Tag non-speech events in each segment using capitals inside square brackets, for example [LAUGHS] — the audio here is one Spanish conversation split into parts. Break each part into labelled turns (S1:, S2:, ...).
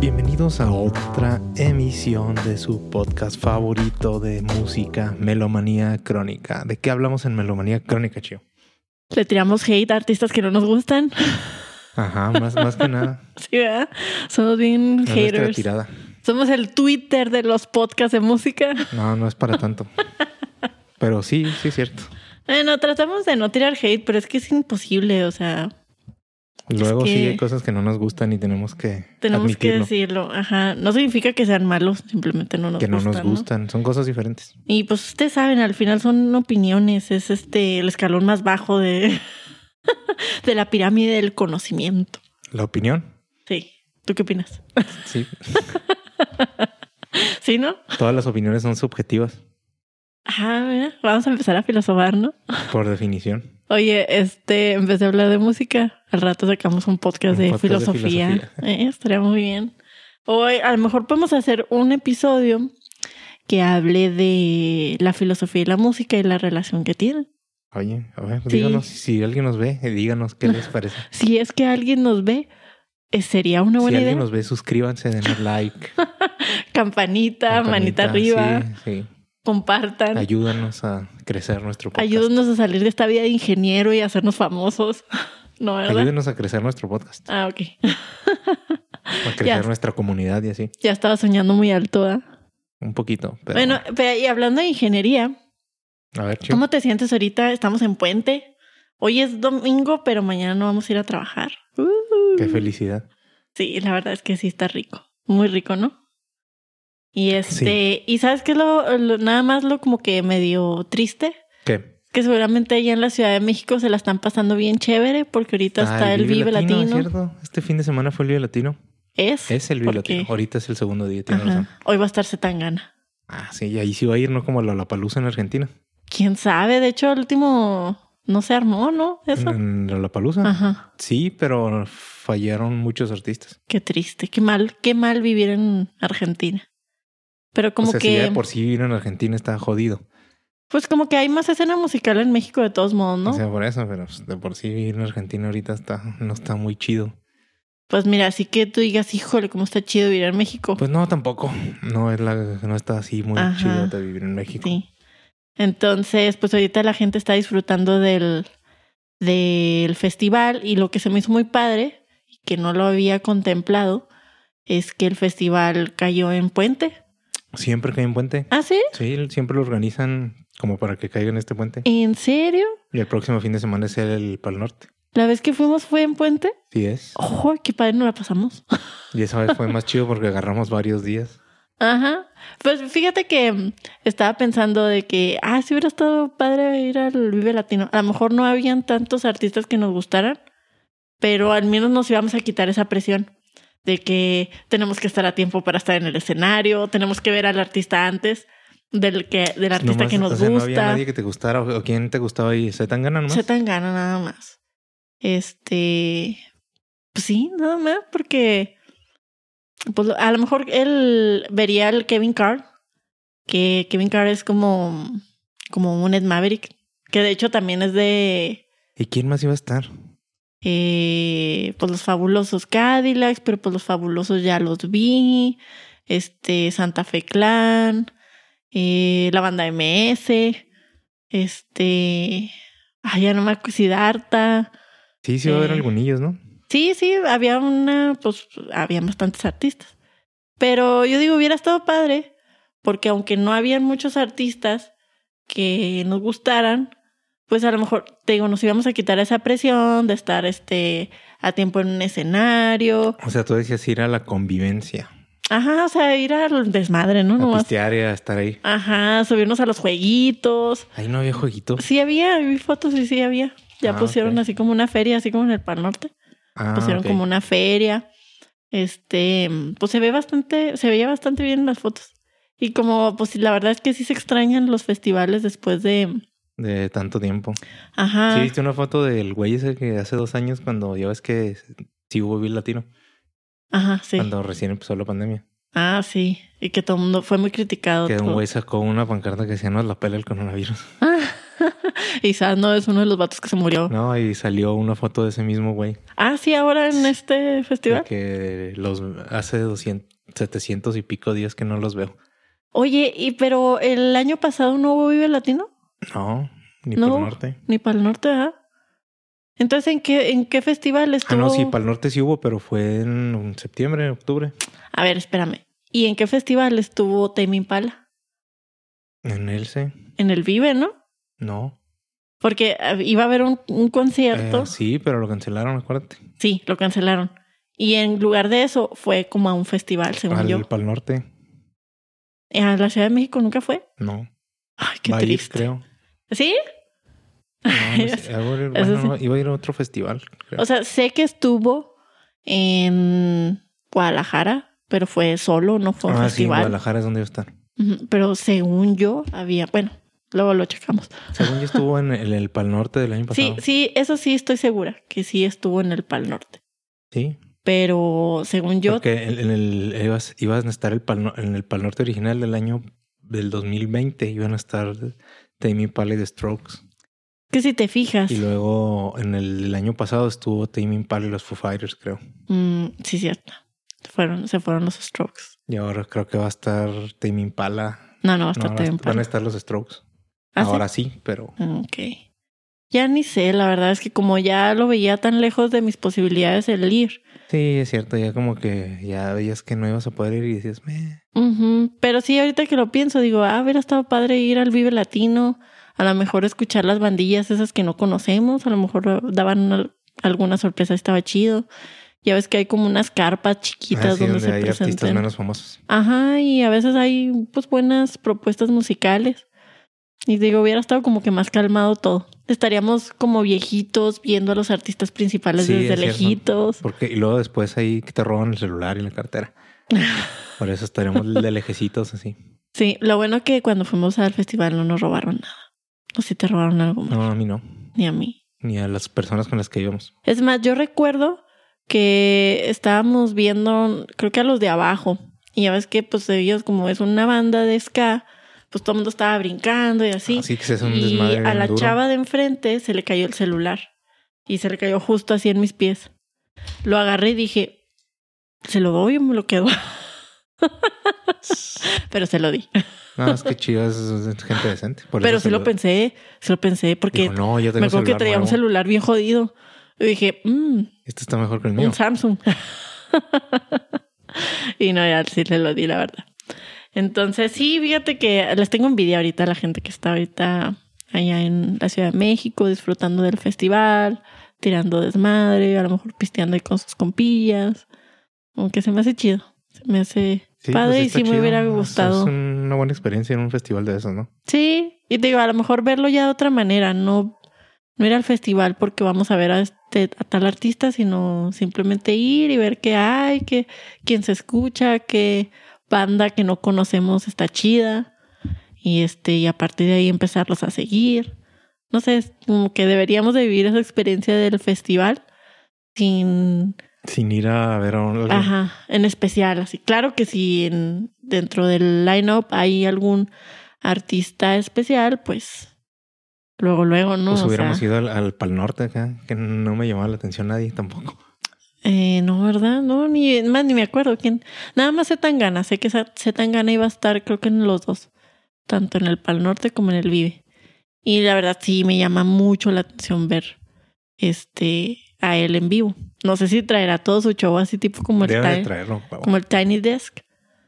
S1: bienvenidos a otra emisión de su podcast favorito de música, Melomanía Crónica. ¿De qué hablamos en Melomanía Crónica, Chio?
S2: Le tiramos hate a artistas que no nos gustan. [LAUGHS]
S1: Ajá, más, más que nada.
S2: Sí, ¿verdad? Somos bien
S1: Es nuestra
S2: [LAUGHS] haters.
S1: tirada.
S2: Somos el Twitter de los podcasts de música. [LAUGHS]
S1: No, no es para tanto. Pero sí, sí es cierto.
S2: Bueno, tratamos de no tirar hate, pero es que es imposible. O sea,
S1: Luego
S2: que-
S1: sí hay cosas que no nos gustan y tenemos que
S2: tenemos que
S1: admitirlo.
S2: decirlo. Ajá. No significa que sean malos, simplemente no nos
S1: que no
S2: gustan.
S1: nos gustan. Son cosas diferentes.
S2: Y pues ustedes saben, al final son opiniones. Es este el escalón más bajo de, [LAUGHS] de la pirámide del conocimiento.
S1: La opinión,
S2: Sí. ¿Tú qué opinas?
S1: sí.
S2: ¿Sí, no?
S1: Todas las opiniones son subjetivas,
S2: Ajá, mira, vamos a empezar a filosofar, ¿no?
S1: por definición.
S2: Oye, este, en vez de hablar de música, al rato sacamos un podcast,
S1: Un
S2: de,
S1: podcast de
S2: filosofía.
S1: filosofía.
S2: Eh, estaría muy bien. Hoy a lo mejor podemos hacer un episodio que hable de la filosofía y la música y la relación que tienen.
S1: Oye, a ver,
S2: Sí.
S1: díganos si alguien nos ve, eh, díganos qué les parece.
S2: Si es que alguien nos ve, eh, sería una
S1: Si
S2: buena
S1: alguien
S2: idea.
S1: nos ve, suscríbanse, denle [LAUGHS] like.
S2: Campanita,
S1: campanita,
S2: manita arriba,
S1: Sí, sí.
S2: compartan.
S1: Ayúdanos a crecer nuestro podcast.
S2: Ayúdennos a salir de esta vida de ingeniero y a hacernos famosos. [LAUGHS] ¿No, verdad?
S1: Ayúdenos a crecer nuestro podcast,
S2: Ah, ok.
S1: a crecer
S2: Ya.
S1: nuestra comunidad y así.
S2: Ya estaba soñando muy alto. ¿verdad?
S1: Un poquito. Pero,
S2: Bueno, pero y hablando de ingeniería,
S1: a ver, Chio.
S2: ¿cómo te sientes ahorita? Estamos en puente. Hoy es domingo, pero mañana no vamos a ir a trabajar. Uh.
S1: Uh-huh. Qué felicidad.
S2: Sí, la verdad es que sí está rico. Muy rico, ¿no? Y este, y sabes que lo, lo- nada más lo como que medio triste,
S1: ¿Qué?
S2: que seguramente allá en la Ciudad de México se la están pasando bien chévere, porque ahorita está
S1: Ah,
S2: el Vive Latino.
S1: ¿es ¿cierto? Este fin de semana fue el Vive Latino.
S2: es,
S1: Es el Vive
S2: ¿Por
S1: Latino.
S2: qué?
S1: Ahorita es el segundo día, tiene
S2: Ajá.
S1: razón.
S2: Hoy va a estar Zetangana.
S1: Ah, sí, y ahí sí va a ir, ¿no? Como la Lollapalooza en Argentina.
S2: Quién sabe, de hecho, el último no se armó, ¿no? Eso.
S1: En Lollapalooza.
S2: Ajá.
S1: Sí, pero fallaron muchos artistas.
S2: Qué triste, qué mal, qué mal vivir en Argentina. Pero como
S1: o sea, si ya
S2: que,
S1: de por sí vivir en Argentina está jodido.
S2: pues como que hay más escena musical en México de todos modos, ¿no?
S1: O sea, por eso, pero pues, de por sí vivir en Argentina ahorita está, no está muy chido.
S2: pues mira, así que tú digas, híjole, cómo está chido vivir en México.
S1: Pues no, tampoco. No es la, no está así muy
S2: Ajá.
S1: chido de vivir en México.
S2: sí. Entonces, pues ahorita la gente está disfrutando del, del festival y lo que se me hizo muy padre, y que no lo había contemplado, es que el festival cayó en puente.
S1: Siempre que hay un puente.
S2: ¿Ah, sí?
S1: Sí, siempre lo organizan como para que caiga en este puente.
S2: ¿En serio?
S1: Y el próximo fin de semana es el Pal Norte.
S2: ¿La vez que fuimos fue en puente?
S1: Sí es.
S2: ¡Ojo, qué padre nos la pasamos!
S1: Y esa vez fue más chido porque agarramos varios días.
S2: Ajá. Pues fíjate que mm, estaba pensando de que, ah, si hubiera estado padre ir al Vive Latino. A lo mejor no habían tantos artistas que nos gustaran, pero al menos nos íbamos a quitar esa presión de que tenemos que estar a tiempo para estar en el escenario, tenemos que ver al artista antes del que del artista
S1: Nomás,
S2: que nos
S1: o sea, No había
S2: gusta.
S1: nadie que te gustara o, o quién te gustaba y se tan ganan más.
S2: Se tan gana nada más. Este, pues sí, nada más porque pues, lo- a lo mejor él vería al Kevin Carr, que Kevin Carr es como como un Ed Maverick, que de hecho también es de
S1: ¿Y quién más iba a estar?
S2: eh, pues los fabulosos Cadillacs, pero pues los fabulosos ya los vi, este Santa Fe Clan, eh, la banda MS, este, ay, ya no me acuerdo, Siddhartha.
S1: Sí, sí iba a haber
S2: Eh.
S1: algunillos, ¿no?
S2: Sí, sí, había una, pues había bastantes artistas. Pero yo digo, hubiera estado padre, porque aunque no habían muchos artistas que nos gustaran, pues a lo mejor, te digo, nos íbamos a quitar esa presión de estar este, a tiempo en un escenario.
S1: O sea, tú decías ir a la convivencia,
S2: Ajá, o sea, ir al desmadre, ¿no?
S1: a
S2: Nomás.
S1: pistear y a estar ahí.
S2: Ajá, subirnos a los jueguitos.
S1: Ahí no había jueguitos.
S2: Sí había, vi fotos y sí había. Ya
S1: Ah,
S2: pusieron
S1: ok.
S2: así como una feria, así como en el Pal Norte.
S1: Ah,
S2: pusieron
S1: ok.
S2: como una feria. Este, pues se ve bastante, se veía bastante bien en las fotos. Y como, pues la verdad es que sí se extrañan los festivales después de,
S1: de tanto tiempo.
S2: ajá,
S1: Sí, viste una foto del güey ese que hace dos años cuando ya ves que sí hubo Bill Latino,
S2: ajá, sí,
S1: cuando recién empezó la pandemia.
S2: ah, sí, y que todo el mundo fue muy criticado.
S1: Que un
S2: todo.
S1: güey sacó una pancarta que decía, no, la pela el coronavirus.
S2: [LAUGHS] Y Sad no es uno de los vatos que se murió.
S1: No, y salió una foto de ese mismo güey.
S2: Ah, sí, ahora en este
S1: de
S2: festival.
S1: Que los hace 200, 700 y pico días que no los veo.
S2: Oye, y pero el año pasado no hubo Vive Latino,
S1: No, ni
S2: No.
S1: para el norte.
S2: ni para el norte, ¿verdad? Entonces, ¿en qué, en qué festival estuvo?
S1: Ah, no, sí, para el norte sí hubo, pero fue en septiembre, octubre.
S2: A ver, espérame. ¿Y en qué festival estuvo Tame Impala?
S1: En Elce.
S2: En el Vive, ¿no?
S1: No.
S2: Porque eh, iba a haber un, un concierto.
S1: Eh, sí, pero lo cancelaron, acuérdate.
S2: Sí, lo cancelaron. Y en lugar de eso fue como a un festival, según
S1: Al,
S2: yo.
S1: Para el norte.
S2: Eh, A la Ciudad de México nunca fue.
S1: No.
S2: Ay, qué
S1: Va a ir,
S2: triste.
S1: creo.
S2: ¿Sí? [LAUGHS]
S1: No, no sé. Ahora, bueno,
S2: sí.
S1: no, iba a ir a otro festival, creo.
S2: O sea, sé que estuvo en Guadalajara, pero fue solo, no fue un
S1: ah, sí,
S2: festival.
S1: Guadalajara es donde yo están.
S2: Ujú, pero según yo había, bueno, luego lo checamos.
S1: Según yo estuvo en el, el Pal Norte del año pasado.
S2: Sí, sí, eso sí estoy segura, que sí estuvo en el Pal Norte.
S1: Sí,
S2: Pero según yo,
S1: Porque en, en el, ibas, ibas a estar el Pal Nor- en el Pal Norte original del año del 2020. Iban a estar Tame Impala y The Strokes.
S2: que si te fijas,
S1: Y luego en el, el año pasado estuvo Tame Impala y los Foo Fighters, creo.
S2: mm, sí, cierto. Fueron, se fueron los strokes.
S1: Y ahora creo que va a estar Tame Impala.
S2: No, no
S1: No,
S2: va a estar
S1: ahora van
S2: Tame
S1: a
S2: Impala.
S1: estar los Strokes.
S2: ¿Ah, sí?
S1: ahora sí, pero
S2: Ok. Ya ni sé, la verdad es que como ya lo veía tan lejos de mis posibilidades el ir.
S1: sí, es cierto, ya como que ya veías que no ibas a poder ir y decías, meh.
S2: Ujú, Pero sí, ahorita que lo pienso, digo, ah, hubiera estado padre ir al Vive Latino, a lo mejor escuchar las bandillas esas que no conocemos, a lo mejor daban una- alguna sorpresa, estaba chido. Ya ves que hay como unas carpas chiquitas
S1: Ah, sí,
S2: donde,
S1: donde
S2: se
S1: hay artistas
S2: presentan.
S1: menos famosos.
S2: Ajá, y a veces hay pues buenas propuestas musicales. Y digo, hubiera estado como que más calmado todo. Estaríamos como viejitos viendo a los artistas principales
S1: Sí,
S2: desde
S1: es cierto.
S2: lejitos.
S1: Porque, y luego después ahí que te roban el celular y la
S2: [LAUGHS]
S1: cartera. Por eso estaremos de lejecitos así.
S2: Sí, lo bueno que cuando fuimos al festival no nos robaron nada. O si te robaron algo más,
S1: No, a mí no.
S2: ni a mí.
S1: Ni a las personas con las que íbamos.
S2: Es más, yo recuerdo que estábamos viendo, creo que a los de abajo. Y ya ves que pues ellos como es una banda de ska, pues todo el mundo estaba brincando y así.
S1: Así que se hace un
S2: y
S1: desmadre.
S2: a
S1: bien
S2: la
S1: duro.
S2: chava de enfrente se le cayó el celular y se le cayó justo así en mis pies. Lo agarré y dije, ¿se lo doy o me lo quedo? [LAUGHS] Pero se lo di.
S1: No, es que Chivas es gente decente. por
S2: Pero
S1: eso
S2: sí
S1: se
S2: lo pensé, sí lo pensé porque
S1: Dijo, no, yo tengo
S2: me acuerdo que
S1: celular
S2: traía un
S1: nuevo.
S2: celular bien jodido. Y dije, mmm,
S1: Este está mejor que el mío.
S2: un Samsung. [LAUGHS] y no, ya sí le lo di, la verdad. Entonces, sí, fíjate que les tengo envidia ahorita a la gente que está ahorita allá en la Ciudad de México disfrutando del festival, tirando desmadre, a lo mejor pisteando ahí con sus compillas. Aunque se me hace chido, se me hace
S1: Sí,
S2: padre
S1: pues
S2: y
S1: está
S2: sí me
S1: chido.
S2: hubiera
S1: Es-
S2: gustado.
S1: Es una buena experiencia en un festival de esos, ¿no?
S2: Sí, y te digo, a lo mejor verlo ya de otra manera, no, no ir al festival porque vamos a ver a, este, a tal artista, sino simplemente ir y ver qué hay, qué, quién se escucha, qué banda que no conocemos está chida. Y este, y a partir de ahí empezarlos a seguir. No sé, es como que deberíamos de vivir esa experiencia del festival sin
S1: Sin ir a ver a un...
S2: Ajá, en especial, así. Claro que si en- dentro del line-up hay algún artista especial, pues luego, luego, ¿no?
S1: Pues
S2: O
S1: hubiéramos
S2: sea,
S1: ido al, al Pal Norte acá, que no me llamaba la atención nadie tampoco.
S2: eh, no, ¿verdad? No, ni es más ni me acuerdo quién. Nada más Zetangana, sé que esa- Zetangana iba a estar, creo que en los dos, tanto en el Pal Norte como en el Vive. Y la verdad sí me llama mucho la atención ver este a él en vivo. No sé si traerá todo su show así tipo como el,
S1: Debe de
S2: Ti-
S1: traerlo. huevo.
S2: como el Tiny Desk.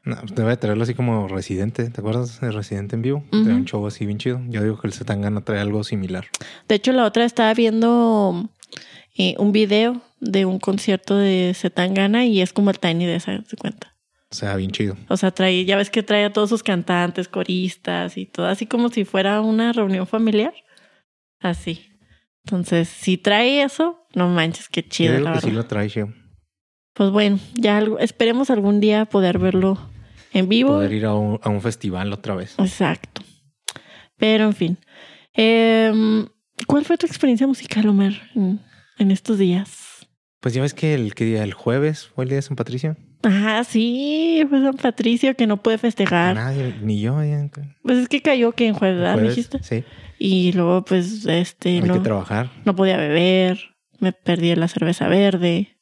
S1: No, pues debe de traerlo así como residente. ¿Te acuerdas de Residente en vivo? Trae
S2: Ujú.
S1: un show así bien chido. Yo digo que el Zetangana trae algo similar.
S2: De hecho, la otra estaba viendo eh, un video de un concierto de Zetangana y es como el Tiny de esa se cuenta.
S1: O sea, bien chido.
S2: O sea, trae, ya ves que trae a todos sus cantantes, coristas y todo, así como si fuera una reunión familiar. Así. Entonces, si trae eso, no manches, qué
S1: Yo
S2: chido,
S1: digo
S2: la
S1: que sí
S2: verdad.
S1: lo trae, chido.
S2: Pues bueno, ya algo- esperemos algún día poder verlo en vivo.
S1: Poder ir a un, a un festival otra vez.
S2: Exacto. Pero en fin. Em, ¿Cuál fue tu experiencia musical, Homer, en- en estos días?
S1: Pues ya ves que el, que el jueves fue el día de San Patricio.
S2: Ah, sí, fue San Patricio que no puede festejar.
S1: Nadie, ni yo. ya.
S2: Pues es que cayó que en jueves, Ah. ¿verdad? Me
S1: Jueves,
S2: dijiste.
S1: Sí,
S2: Y luego, pues, este,
S1: hay que
S2: no,
S1: trabajar.
S2: no podía beber, me perdí en la cerveza verde.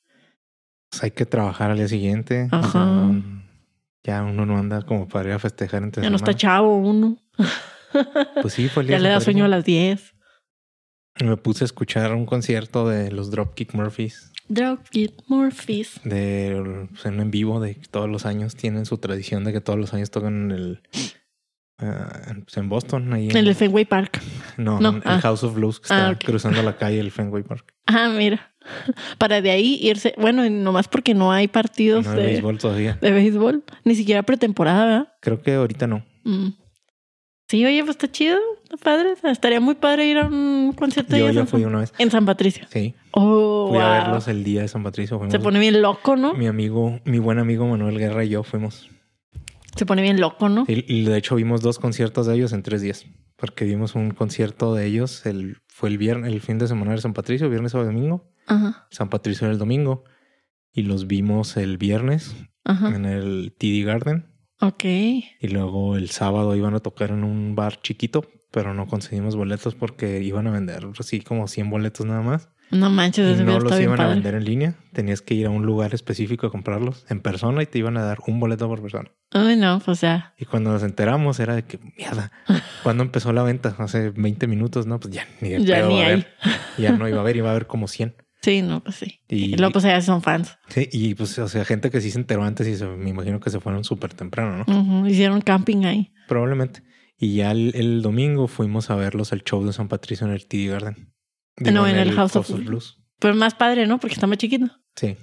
S1: Pues hay que trabajar al día siguiente.
S2: Ajá.
S1: O sea, Ya uno no anda como para ir a festejar entre
S2: Ya no está
S1: semana.
S2: chavo uno.
S1: Pues sí, fue el día
S2: Ya
S1: de
S2: le
S1: San
S2: da
S1: Padrino.
S2: sueño a las 10.
S1: Y Me puse a escuchar un concierto de los Dropkick Murphys.
S2: Dropkick Murphys.
S1: De, pues, en en vivo de que todos los años. Tienen su tradición de que todos los años tocan en el... ah, en- pues, en Boston, ahí en,
S2: En el Fenway Park.
S1: no,
S2: no,
S1: en el
S2: ah.
S1: House of Blues que está
S2: Ah, ok.
S1: cruzando la calle, el Fenway Park.
S2: Ah, mira. [LAUGHS] Para de ahí irse. Bueno, y nomás porque no hay
S1: No
S2: partidos
S1: hay
S2: de,
S1: béisbol todavía.
S2: de béisbol. Ni siquiera pretemporada, ¿verdad?
S1: Creo que ahorita no.
S2: Mm. Sí, oye, pues está chido, está padre. O sea, Estaría muy padre ir a un concierto
S1: Yo
S2: ahí
S1: ya
S2: en,
S1: fui
S2: San,
S1: una vez.
S2: en San Patricio.
S1: Sí.
S2: Oh,
S1: Fui a
S2: wow.
S1: verlos el día de San Patricio.
S2: Se
S1: Fuimos-
S2: pone bien loco, ¿no?
S1: Mi amigo, mi buen amigo Manuel Guerra y yo fuimos.
S2: Se pone bien loco, ¿no?
S1: Y y de hecho vimos dos conciertos de ellos en tres días. Porque vimos un concierto de ellos, el, fue el viernes, el fin de semana de San Patricio, viernes o domingo.
S2: Ajá,
S1: San Patricio era el domingo. Y los vimos el viernes
S2: ajá.
S1: en el TD Garden.
S2: Ok.
S1: Y luego el sábado iban a tocar en un bar chiquito, pero no conseguimos boletos porque iban a vender así como 100 boletos nada más.
S2: No manches,
S1: Y
S2: ese
S1: no
S2: video está
S1: los
S2: bien
S1: iban a
S2: padre.
S1: vender en línea. Tenías que ir a un lugar específico a comprarlos en persona y te iban a dar un boleto por persona.
S2: Ay, no, pues ya.
S1: Y cuando nos enteramos era de que
S2: [LAUGHS]
S1: mierda. Cuando empezó la venta, hace 20 minutos, no, pues ya ni de
S2: Ya
S1: pedo
S2: ni
S1: va a
S2: hay.
S1: haber. Ya no iba a haber, iba a haber como 100.
S2: Sí, no, pues sí.
S1: Y-
S2: Y luego, pues ya son fans.
S1: Sí, y pues, o sea, gente que sí se enteró antes y se- me imagino que se fueron súper temprano, ¿no?
S2: Ujú, Hicieron camping ahí.
S1: Probablemente. Y ya el, el domingo fuimos a verlos al show de San Patricio en el TD Garden.
S2: No, en el House of
S1: Blues.
S2: Pero Pues más padre, ¿no? Porque está más chiquito.
S1: Sí,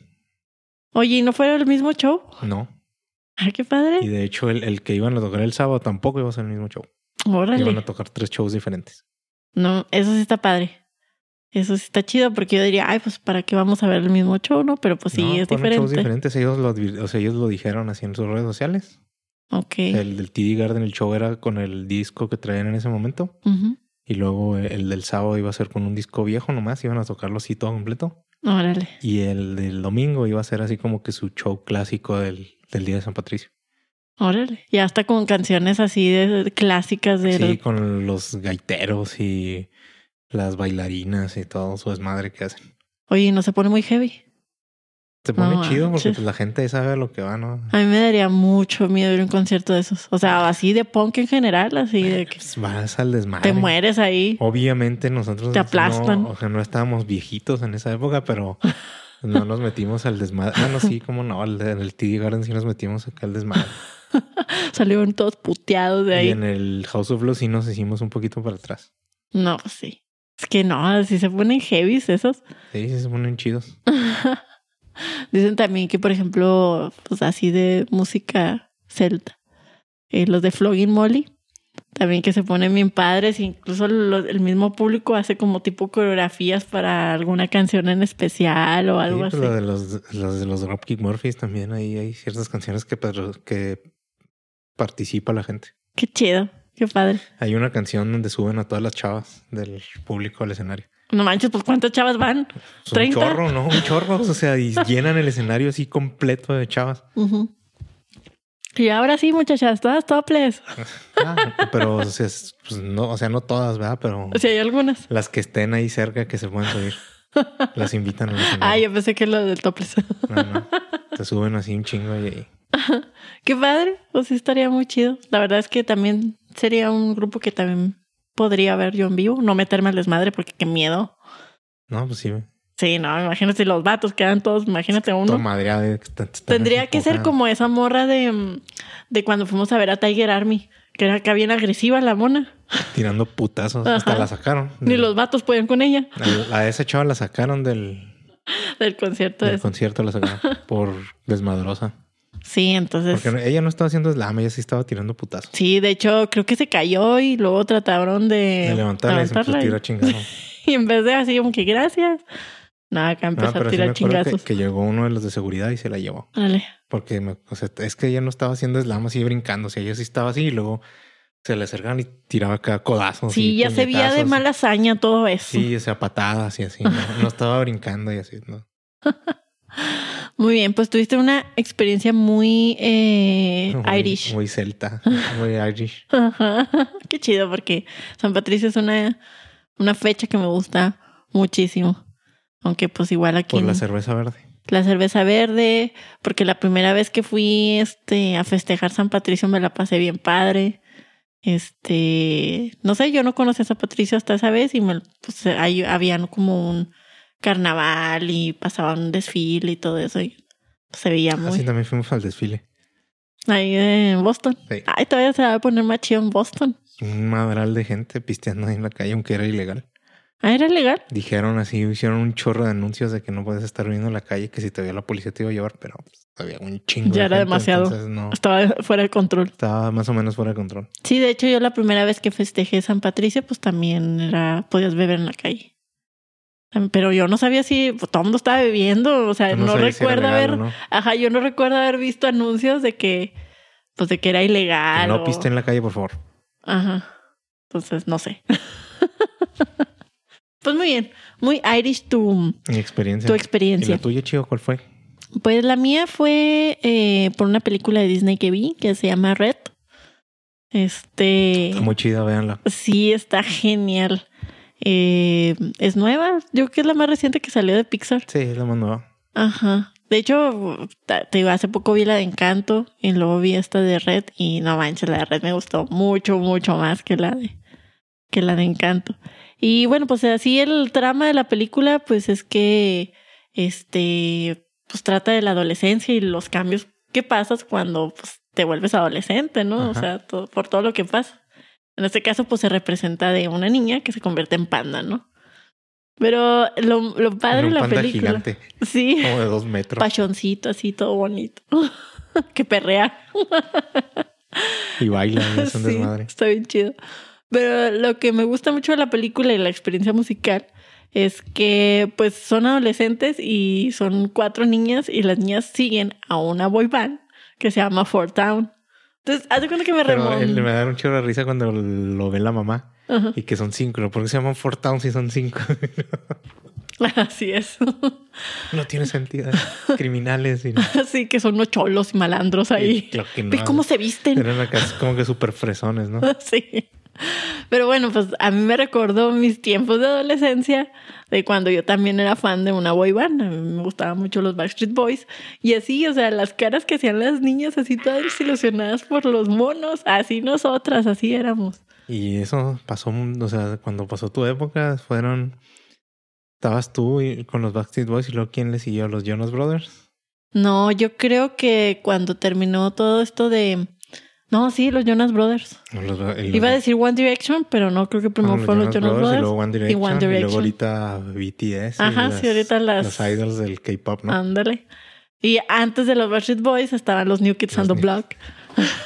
S2: Oye, ¿y no fuera el mismo show?
S1: no.
S2: Ah, qué
S1: Y
S2: padre.
S1: de hecho, el, el que iban a tocar el sábado tampoco iba a ser el mismo show. Iban
S2: Órale.
S1: a tocar tres shows diferentes.
S2: No, eso sí está padre. Eso sí está chido porque yo diría, ay, pues para qué vamos a ver el mismo show, ¿no? Pero pues sí,
S1: No, fueron
S2: es
S1: shows
S2: diferente.
S1: diferentes. Ellos lo, advir- o sea, ellos lo dijeron así en sus redes sociales.
S2: Ok.
S1: El del TD Garden, el show era con el disco que traían en ese momento.
S2: Ujú.
S1: Y luego eh, el del sábado iba a ser con un disco viejo nomás. Iban a tocarlo así todo completo.
S2: Órale.
S1: Y el del domingo iba a ser así como que su show clásico del, del Día de San Patricio.
S2: Órale. Ya hasta con canciones así de, de clásicas de
S1: Sí, con los gaiteros y las bailarinas y todo su desmadre que hacen.
S2: Oye, no se pone muy heavy.
S1: Se pone
S2: No
S1: chido porque
S2: manches.
S1: pues, la gente sabe a lo que va, ¿no?
S2: A mí me daría mucho miedo ir a un concierto de esos. O sea, así de punk en general, así de que
S1: Pues, vas al desmadre.
S2: te mueres ahí.
S1: Obviamente nosotros
S2: Te
S1: no-
S2: aplastan.
S1: o sea, no estábamos viejitos en esa época,
S2: [LAUGHS]
S1: pero no nos metimos al desmadre. Bueno, sí, como no, al- en el TD Garden sí nos metimos acá al desmadre.
S2: Salieron todos puteados de
S1: Y
S2: ahí.
S1: en el House of Blues sí nos hicimos un poquito para atrás.
S2: No, pues sí. Es que no, así se ponen heavy esos.
S1: Sí, sí se ponen chidos.
S2: Dicen también que, por ejemplo, pues así de música celta, eh, los de Flogging Molly, también que se ponen bien padres, incluso lo- el mismo público hace como tipo coreografías para alguna canción en especial o algo
S1: Sí,
S2: así.
S1: pero de los, los de los Dropkick Murphys también ahí hay ciertas canciones que, pero- que participa la gente.
S2: Qué chido, qué padre.
S1: Hay una canción donde suben a todas las chavas del público al escenario.
S2: No manches, pues cuántas chavas van.
S1: Es un
S2: 30.
S1: chorro, ¿no? Un chorro. O sea,
S2: [LAUGHS]
S1: y llenan el escenario así completo de chavas.
S2: Y ahora sí, muchachas, todas toples.
S1: Ah, pero o sea, es- pues, no, o sea, no todas, ¿verdad? Pero
S2: O sea, hay algunas.
S1: las que estén ahí cerca que se puedan
S2: [LAUGHS]
S1: subir, las invitan al escenario.
S2: Ah, yo pensé que lo del toples.
S1: No, no. Te suben así un chingo y ahí.
S2: Qué padre, pues sí estaría muy chido. La verdad es que también sería un grupo que también podría ver yo en vivo, no meterme al desmadre porque qué miedo.
S1: No, pues sí.
S2: Sí, no, imagínate los vatos quedan todos, imagínate uno.
S1: Toda madreada de que te- te están
S2: Tendría que ser
S1: empujando.
S2: como esa morra de, mm, de cuando fuimos a ver a Tiger Army, que era acá bien agresiva la mona.
S1: Tirando putazos. Hasta
S2: Ajá.
S1: la sacaron.
S2: Ni los vatos podían con ella
S1: A- A esa chava la sacaron del,
S2: del concierto.
S1: del
S2: ese.
S1: concierto, la
S2: [LAUGHS]
S1: sacaron por desmadrosa.
S2: Sí, entonces.
S1: Porque ella no estaba haciendo slam, ella sí estaba tirando putazos.
S2: Sí, de hecho, creo que se cayó y luego trataron de,
S1: De levantarla y se empezó a
S2: levantarla
S1: tirar
S2: [LAUGHS]
S1: chingazos.
S2: y, en vez de así, como que gracias. Nada, acá
S1: No,
S2: empezó
S1: pero
S2: a
S1: sí me
S2: tirar
S1: acuerdo que,
S2: chingazos.
S1: que llegó uno de los de seguridad y se la llevó.
S2: Órale.
S1: Porque me- o sea, es que ella no estaba haciendo slam así brincando. O sea, ella sí estaba así y luego se le acercaban y tiraba acá codazos.
S2: Sí,
S1: y
S2: ya se veía de
S1: puñetazos.
S2: mala hazaña todo eso.
S1: Sí, o sea, patadas y así. No, No estaba brincando y así. ¿no?
S2: Muy bien, pues tuviste una experiencia muy eh,
S1: Muy-
S2: Irish.
S1: Muy
S2: [LAUGHS]
S1: celta. Muy Irish.
S2: Ajá. [LAUGHS] Qué chido, porque San Patricio es una, una fecha que me gusta muchísimo. Aunque pues igual aquí...
S1: Por la
S2: en-
S1: cerveza verde.
S2: la cerveza verde, porque la primera vez que fui este, a festejar San Patricio me la pasé bien padre. Este, no sé, yo no conocía a San Patricio hasta esa vez y me, pues, ahí habían como un carnaval y pasaba un desfile y todo eso. Y pues, se veía muy.
S1: Así Ah, también fuimos al desfile.
S2: Ahí en Boston.
S1: Sí.
S2: Ay, todavía se va a poner más chido en Boston.
S1: Un madral de gente pisteando ahí en la calle, aunque era ilegal.
S2: Ah, era legal.
S1: Dijeron así, hicieron un chorro de anuncios de que no puedes estar viendo en la calle, que si te veía la policía te iba a llevar, pero pues, había un chingo.
S2: Ya
S1: de
S2: era
S1: gente,
S2: demasiado.
S1: Entonces no,
S2: Estaba fuera de control.
S1: estaba más o menos fuera de control.
S2: Sí, de hecho, yo la primera vez que festejé San Patricio, pues también era, podías beber en la calle. Tam- Pero yo no sabía si pues, todo el mundo estaba bebiendo. O sea,
S1: Yo
S2: Ah, no,
S1: sabía si era
S2: recuerdo
S1: legal
S2: haber.
S1: o no.
S2: Ajá, yo no recuerdo haber visto anuncios de que, pues de que era
S1: Que
S2: ilegal.
S1: no
S2: o-
S1: piste en la calle, por favor.
S2: Ajá. Entonces, no sé. [LAUGHS] pues muy bien. Muy Irish tu,
S1: Mi experiencia.
S2: tu
S1: ¿Y
S2: experiencia.
S1: la tuya, chido, cuál fue?
S2: Pues la mía fue eh, por una película de Disney que vi que se llama Red. Este.
S1: Está muy chida, véanla.
S2: Sí, está genial. Eh, es nueva. Yo creo que es la más reciente que salió de Pixar.
S1: Sí, es la más nueva.
S2: Ajá. De hecho, ta- te digo, hace poco vi la de Encanto y luego vi esta de Red y no manches, la de Red me gustó mucho, mucho más que la de que la de Encanto. Y bueno, pues así el trama de la película pues es que este pues trata de la adolescencia y los cambios que pasas cuando pues, te vuelves adolescente, ¿no? O
S1: Ajá.
S2: sea, todo- por todo lo que pasa. En este caso pues se representa de una niña que se convierte en panda, ¿no? Pero lo, lo padre
S1: Era
S2: de
S1: un
S2: la
S1: panda
S2: película.
S1: gigante,
S2: [LAUGHS] Sí
S1: como de dos metros.
S2: pachoncito, así todo bonito. [LAUGHS] que perrea.
S1: Y baila, y es un
S2: [LAUGHS] Sí,
S1: desmadre.
S2: está bien chido. Pero lo que me gusta mucho de la película y la experiencia musical es que pues son adolescentes y son cuatro niñas y las niñas siguen a una boy band que se llama Fort Town. Entonces, haz de cuenta que me
S1: Pero él me
S2: remonto.
S1: da un chorro de risa cuando lo ve la mamá
S2: Ajá. [LAUGHS]
S1: y que son cinco. ¿no? ¿Por qué se llaman Four Towns si son cinco? [LAUGHS]
S2: Así es. [LAUGHS]
S1: no tiene sentido. Criminales y no.
S2: Así que son unos cholos y malandros ahí.
S1: Y claro que
S2: ¿Ves
S1: no.
S2: cómo se visten?
S1: Eran acá como que súper fresones, ¿no?
S2: [LAUGHS] Sí. Pero bueno, pues a mí me recordó mis tiempos de adolescencia, de cuando yo también era fan de una boy band. A mí me gustaban mucho los Backstreet Boys. Y así, o sea, las caras que hacían las niñas, así todas desilusionadas por los monos, así nosotras, así éramos.
S1: Y eso pasó, o sea, cuando pasó tu época, fueron. Estabas tú y- con los Backstreet Boys y luego quién le siguió, los Jonas Brothers.
S2: No, yo creo que cuando terminó todo esto de. No, sí, los Jonas Brothers.
S1: No, los- el-
S2: Iba a decir One Direction, pero no, creo que
S1: fueron
S2: primero fueron los Jonas Brothers.
S1: y luego One Direction. Y,
S2: One
S1: luego
S2: Direction.
S1: ahorita BTS. y
S2: Ajá,
S1: las-
S2: sí, ahorita las- Ah,
S1: Los idols del K-pop, ¿no?
S2: Ándale. Y antes de los Backstreet Boys estaban los New Kids
S1: Los
S2: on the
S1: New-
S2: Block. [LAUGHS]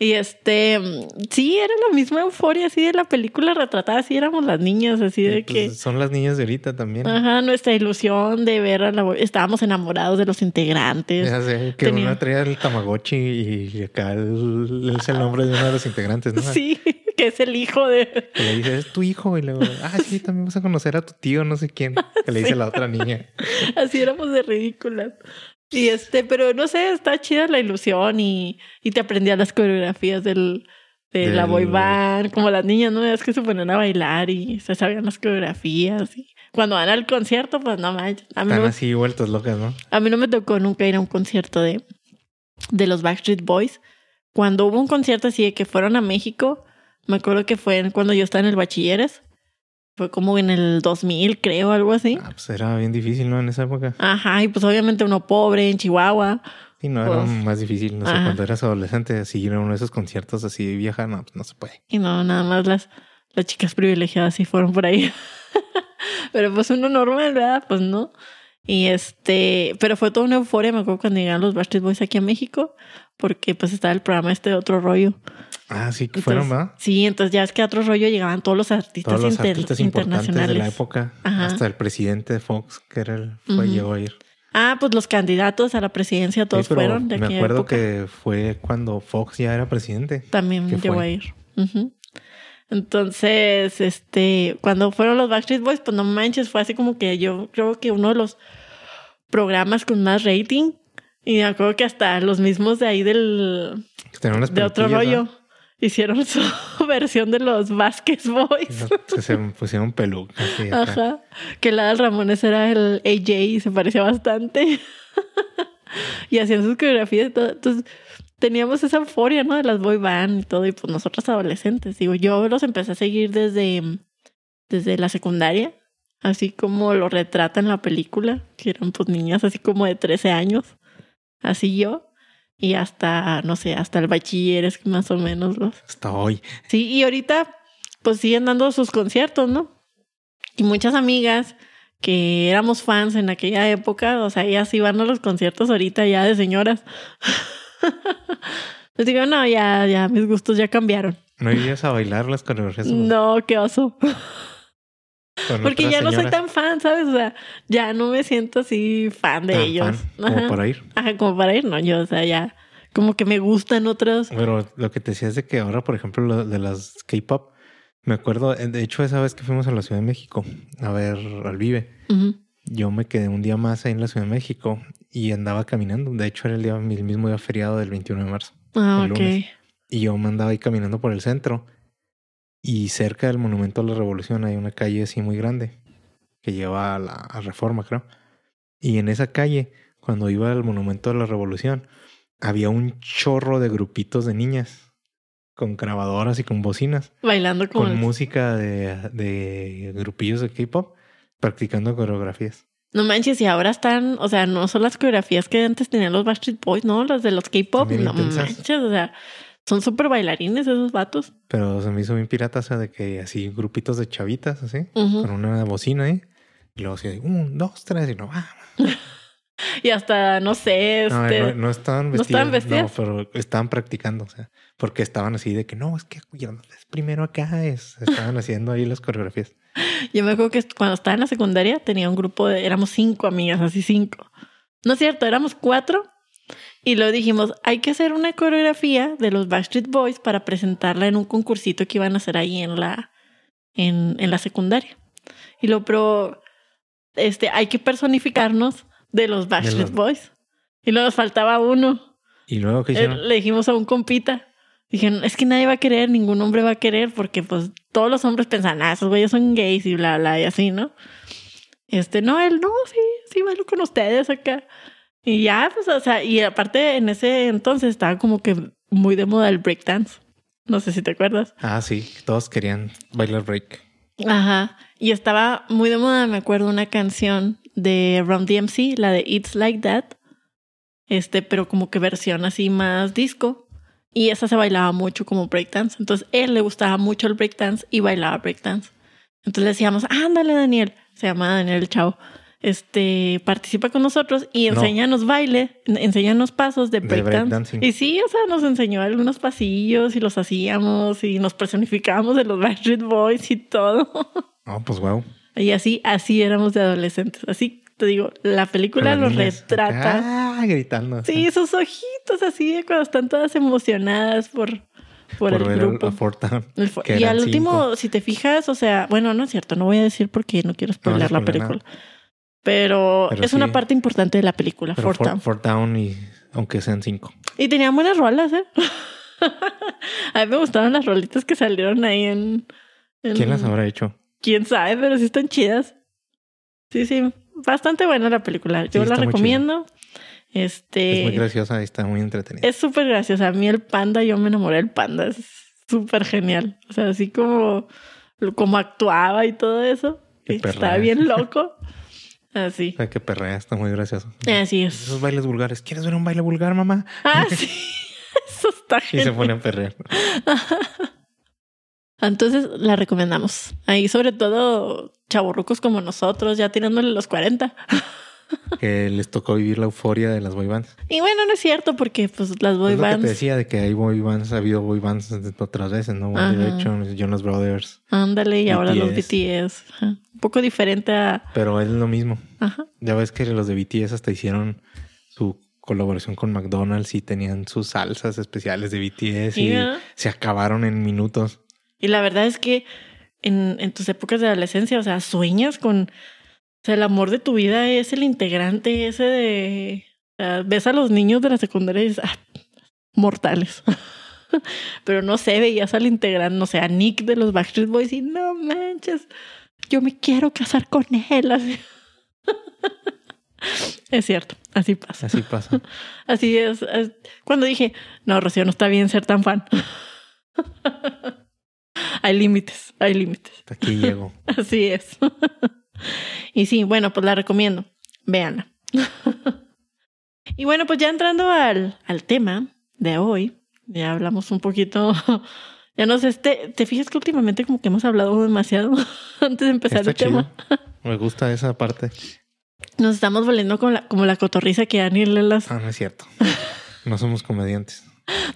S2: y este, mm, sí, era la misma euforia así de la película retratada, así éramos las niñas, así de
S1: Y, pues,
S2: que... Ah,
S1: Son las niñas de ahorita también.
S2: Ajá, nuestra ilusión de ver a la... bo- Estábamos enamorados de los integrantes.
S1: Ya sé, que
S2: tenía-
S1: una traía el Tamagotchi y acá el- es el nombre de uno de los integrantes, ¿no?
S2: [LAUGHS] Sí, que es el hijo de...
S1: Que le dice, es tu hijo. Y luego, ah, sí, también vas a conocer a tu tío, no sé quién. Que le dice la otra
S2: [LAUGHS]
S1: niña.
S2: Así éramos de ridículas. Y este, pero no sé, está chida la ilusión y, y te aprendía las coreografías del, de la
S1: Del-
S2: boy band, como las niñas, ¿no? Es que se ponían a bailar y se sabían las coreografías. Y cuando van al concierto, pues no manches. A mí no,
S1: Están
S2: me-
S1: así vueltas locas, ¿no?
S2: a mí no me tocó nunca ir a un concierto de, de los Backstreet Boys. Cuando hubo un concierto así de que fueron a México, me acuerdo que fue en- cuando yo estaba en el bachilleres. Fue como en el 2000, creo, algo así.
S1: Ah, pues era bien difícil, ¿no? En esa época.
S2: Ajá, y pues obviamente uno pobre en Chihuahua.
S1: Sí, no, era
S2: Pues,
S1: más difícil. No sé,
S2: ajá.
S1: cuando eras adolescente, si ir a uno de esos conciertos así vieja, no, pues no se puede.
S2: Y no, nada más las, las chicas privilegiadas sí fueron por ahí. [LAUGHS] pero pues uno normal, ¿verdad? Pues no. Y este, pero fue toda una euforia, me acuerdo cuando llegaron los Backstreet Boys aquí a México, porque pues estaba el programa este de otro rollo.
S1: Ah, sí, que
S2: Entonces,
S1: fueron, ¿verdad?
S2: Sí, entonces ya es que a otro rollo llegaban todos los artistas,
S1: Todos los
S2: inter-
S1: artistas importantes
S2: internacionales.
S1: de la época.
S2: Ajá.
S1: Hasta el presidente de Fox, que era el, fue,
S2: Ujú.
S1: llegó a ir.
S2: Ah, pues los candidatos a la presidencia todos
S1: Sí, pero
S2: fueron de
S1: me
S2: aquella
S1: acuerdo
S2: época.
S1: que fue cuando Fox ya era presidente.
S2: también
S1: que
S2: llegó
S1: fue.
S2: a ir. Ujú. Entonces, este, cuando fueron los Backstreet Boys, pues no manches, fue así como que yo creo que uno de los programas con más rating. Y me acuerdo que hasta los mismos de ahí del
S1: Que tenía unas
S2: de otro
S1: pelotillas,
S2: rollo.
S1: ¿no?
S2: hicieron [LAUGHS] su versión de los Vázquez Boys.
S1: Se, se pusieron pelucas. y acá.
S2: Ajá. Que la del Ramones era el AJ y se parecía bastante. [LAUGHS] y hacían sus coreografías y todo. Entonces, teníamos esa euforia, ¿no? De las boy band y todo. Y pues nosotras adolescentes. Digo, yo los empecé a seguir desde, desde la secundaria. Así como lo retrata en la película. Que eran pues niñas así como de 13 años. Así yo. Y hasta, no sé, hasta el bachiller es que más o menos los...
S1: Hasta hoy.
S2: Sí, y ahorita pues siguen dando sus conciertos, ¿no? Y muchas amigas que éramos fans en aquella época, o sea, ellas iban a los conciertos ahorita ya de señoras. [LAUGHS] Les digo, no, ya, ya, mis gustos ya cambiaron.
S1: ¿No ibas a bailar las coreografías?
S2: No, qué oso.
S1: con
S2: Porque
S1: otras
S2: ya no soy
S1: señoras?
S2: tan fan, ¿sabes? O sea, ya no me siento así fan de
S1: Tan
S2: ellos.
S1: fan como
S2: Ajá.
S1: para ir.
S2: Ajá, como para ir, no, yo, o sea, ya, como que me gustan otros.
S1: Pero lo que te decía es de que ahora, por ejemplo, lo de las K-pop, me acuerdo, eh, de hecho, esa vez que fuimos a la Ciudad de México a ver al Vive,
S2: Ujú.
S1: yo me quedé un día más ahí en la Ciudad de México y andaba caminando. De hecho, era el, día, el mismo día feriado del 21 de marzo.
S2: Ah,
S1: El
S2: ok.
S1: lunes. Y yo me andaba ahí caminando por el centro. Y cerca del Monumento a la Revolución hay una calle así muy grande que lleva a la a Reforma, creo. Y en esa calle, cuando iba al Monumento a la Revolución, había un chorro de grupitos de niñas con grabadoras y con bocinas,
S2: Bailando como...
S1: con
S2: el-
S1: música de, de grupillos de K-pop, practicando coreografías.
S2: No manches, y ahora están, o sea, no son las coreografías que antes tenían los Backstreet Boys, ¿no? Las de los K-pop,
S1: También
S2: no
S1: intensas.
S2: manches, o sea, son súper bailarines esos vatos.
S1: Pero se me hizo bien pirata, o sea, de que así grupitos de chavitas, así,
S2: Ujú.
S1: con una bocina ahí. Y luego así, un, dos, tres, y no, ah, va.
S2: Y hasta, no sé, [LAUGHS]
S1: No,
S2: este,
S1: no, no estaban
S2: ¿no
S1: vestidas.
S2: estaban
S1: No,
S2: vestidas?
S1: pero estaban practicando, o sea, porque estaban así de que no, es que yo no- es primero acá, es, estaban haciendo ahí las coreografías.
S2: yo me acuerdo que cuando estaba en la secundaria tenía un grupo de, éramos cinco amigas, así cinco. No es cierto, éramos cuatro. Y luego dijimos, hay que hacer una coreografía de los Backstreet Boys para presentarla en un concursito que iban a hacer ahí en la, en, en la secundaria. Y lo pero este, hay que personificarnos de los Backstreet
S1: los-
S2: Boys. Y luego nos faltaba uno.
S1: Y luego que
S2: Eh,
S1: hicieron,
S2: Le dijimos a un compita. Dijeron, es que nadie va a querer, ningún hombre va a querer, porque pues todos los hombres pensan, ah, esos güeyes son gays y bla, bla, y así, ¿no? Este, no, él, no, sí, sí, bailo con ustedes acá. Y ya, pues, o sea, y aparte en ese entonces estaba como que muy de moda el breakdance. No sé si te acuerdas.
S1: ah, sí, todos querían bailar break.
S2: Ajá. Y estaba muy de moda, me acuerdo, una canción de Ron DMC, la de It's Like That. Este, pero como que versión así más disco. Y esa se bailaba mucho como breakdance. Entonces, él le gustaba mucho el breakdance y bailaba breakdance. Entonces le decíamos, ándale, Daniel. Se llama Daniel el Chavo. Este, participa con nosotros y
S1: No.
S2: enséñanos baile, en- enséñanos pasos de
S1: De
S2: breakdance.
S1: breakdancing.
S2: y sí, o sea, nos enseñó algunos pasillos y los hacíamos y nos personificábamos de los Backstreet Boys y todo. [LAUGHS]
S1: Oh, pues wow.
S2: Y así, así éramos de adolescentes. Así te digo, la película
S1: Las
S2: los
S1: niñas Ah.
S2: retrata.
S1: acá, gritando.
S2: Sí, sus ojitos así de cuando están todas emocionadas por, por, el
S1: ver
S2: grupo.
S1: a Forta.
S2: El fo-
S1: que
S2: y
S1: eran
S2: al último,
S1: cinco.
S2: si te fijas, o sea, bueno, no es cierto, no voy a decir porque no quiero spoiler la
S1: spoiler nada.
S2: película. Pero,
S1: Pero
S2: es una
S1: sí.
S2: parte importante de la película,
S1: Pero
S2: Forta.
S1: Fort, Fort Town y aunque sean cinco.
S2: Y tenían buenas rolas, ¿eh? [LAUGHS] a mí me gustaron las rolitas que salieron ahí en... en-
S1: ¿Quién las habrá hecho?
S2: quién sabe, pero sí están chidas. Sí, sí, bastante buena la película. Yo
S1: Sí,
S2: la
S1: está muy
S2: recomiendo.
S1: Es muy
S2: Este
S1: graciosa y está muy entretenida.
S2: es súper graciosa. A mí el panda, yo me enamoré del panda. Es súper genial. O sea, así como, como actuaba y todo eso.
S1: Qué
S2: Y
S1: perra. ¿eh?
S2: estaba
S1: [LAUGHS]
S2: bien loco. Así.
S1: Ay, que perrea, está muy gracioso.
S2: Así es.
S1: Esos bailes vulgares. ¿Quieres ver un baile vulgar, mamá?
S2: Ah, sí. [LAUGHS] Eso está
S1: Y se
S2: genial.
S1: pone a perrear.
S2: Entonces la recomendamos. Ahí, sobre todo, chavorrucos como nosotros, ya tirándole los 40.
S1: que les tocó vivir la euforia de las boy bands.
S2: Y bueno, no es cierto, porque pues las boy
S1: es lo que te
S2: bands.
S1: decía de que hay boy bands, ha habido boy bands de- otras veces, ¿no? One
S2: Ajá.
S1: Direction, Jonas Brothers,
S2: Ándale, y ahora los
S1: BTS.
S2: BTS. Ajá. Un poco diferente a.
S1: pero es lo mismo.
S2: Ajá.
S1: Ya ves que los de BTS hasta hicieron su colaboración con McDonald's y tenían sus salsas especiales de BTS y
S2: Ya.
S1: se acabaron en minutos.
S2: Y la verdad es que en, en tus épocas de adolescencia, o sea, sueñas con. O sea, el amor de tu vida es el integrante ese de. o sea, ves a los niños de la secundaria y dices, "Ah, mortales. [LAUGHS] Pero no sé, veías al integrante, no sé, a Nick de los Backstreet Boys y no manches, yo me quiero casar con él. Así. [LAUGHS] es cierto, así pasa.
S1: Así pasa.
S2: Así es, es- Cuando dije, no, Rocío, no está bien ser tan fan. [LAUGHS] hay límites, hay límites. [LAUGHS]
S1: Hasta aquí llego.
S2: Así es. [LAUGHS] y sí, bueno, pues la recomiendo. Véanla. [LAUGHS] y bueno, pues ya entrando al, al tema de hoy, ya hablamos un poquito. [LAUGHS] Ya no sé, este, ¿te fijas que últimamente como que hemos hablado demasiado [LAUGHS] antes de empezar
S1: Está
S2: Pues el tema?
S1: chido. Me gusta esa parte.
S2: Nos estamos volviendo con la, como la cotorriza que Ani lee las...
S1: Ah, no es
S2: [LAUGHS]
S1: cierto. No somos comediantes.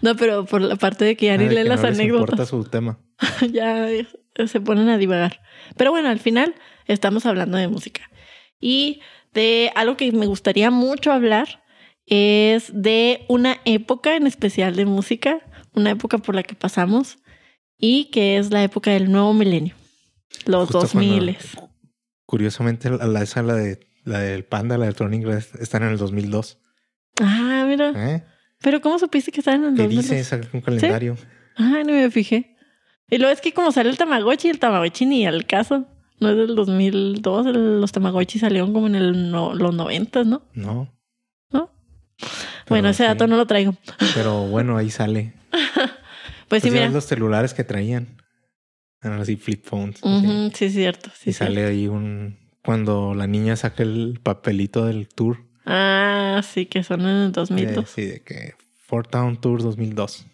S2: No, pero por la parte de que Ani
S1: Ah, de
S2: lee
S1: que
S2: las
S1: no les
S2: anécdotas.
S1: importa su tema.
S2: [LAUGHS] ya eh, se ponen a divagar. Pero bueno, al final estamos hablando de música. Y de algo que me gustaría mucho hablar es de una época en especial de música, una época por la que pasamos y que es la época del nuevo milenio, los
S1: Justo
S2: 2000.
S1: Curiosamente, la, la- esa, la, de, la del Panda, la de Tron Inglés, están en el 2002.
S2: Ah, mira.
S1: ¿eh?
S2: Pero ¿cómo supiste que estaban en el
S1: Te
S2: 2000?
S1: dice, saca un calendario.
S2: Ah, no me fijé. Y luego es que como sale el Tamagotchi, el Tamagotchi ni al caso. No es del 2002, el- los Tamagotchi salieron como en el no- los 90, ¿no?
S1: No.
S2: ¿No? bueno, ese dato no lo traigo.
S1: Pero bueno, ahí sale.
S2: Pues sí,
S1: Pues ya
S2: mira.
S1: ves los celulares que traían. Eran así flip phones. así.
S2: Ujú, sí, es cierto.
S1: y
S2: Sí, es
S1: sale
S2: cierto.
S1: ahí un... Cuando la niña saca el papelito del tour.
S2: Ah, sí, que son en el
S1: De,
S2: 2002.
S1: sí, de que... Fort Town Tour 2002.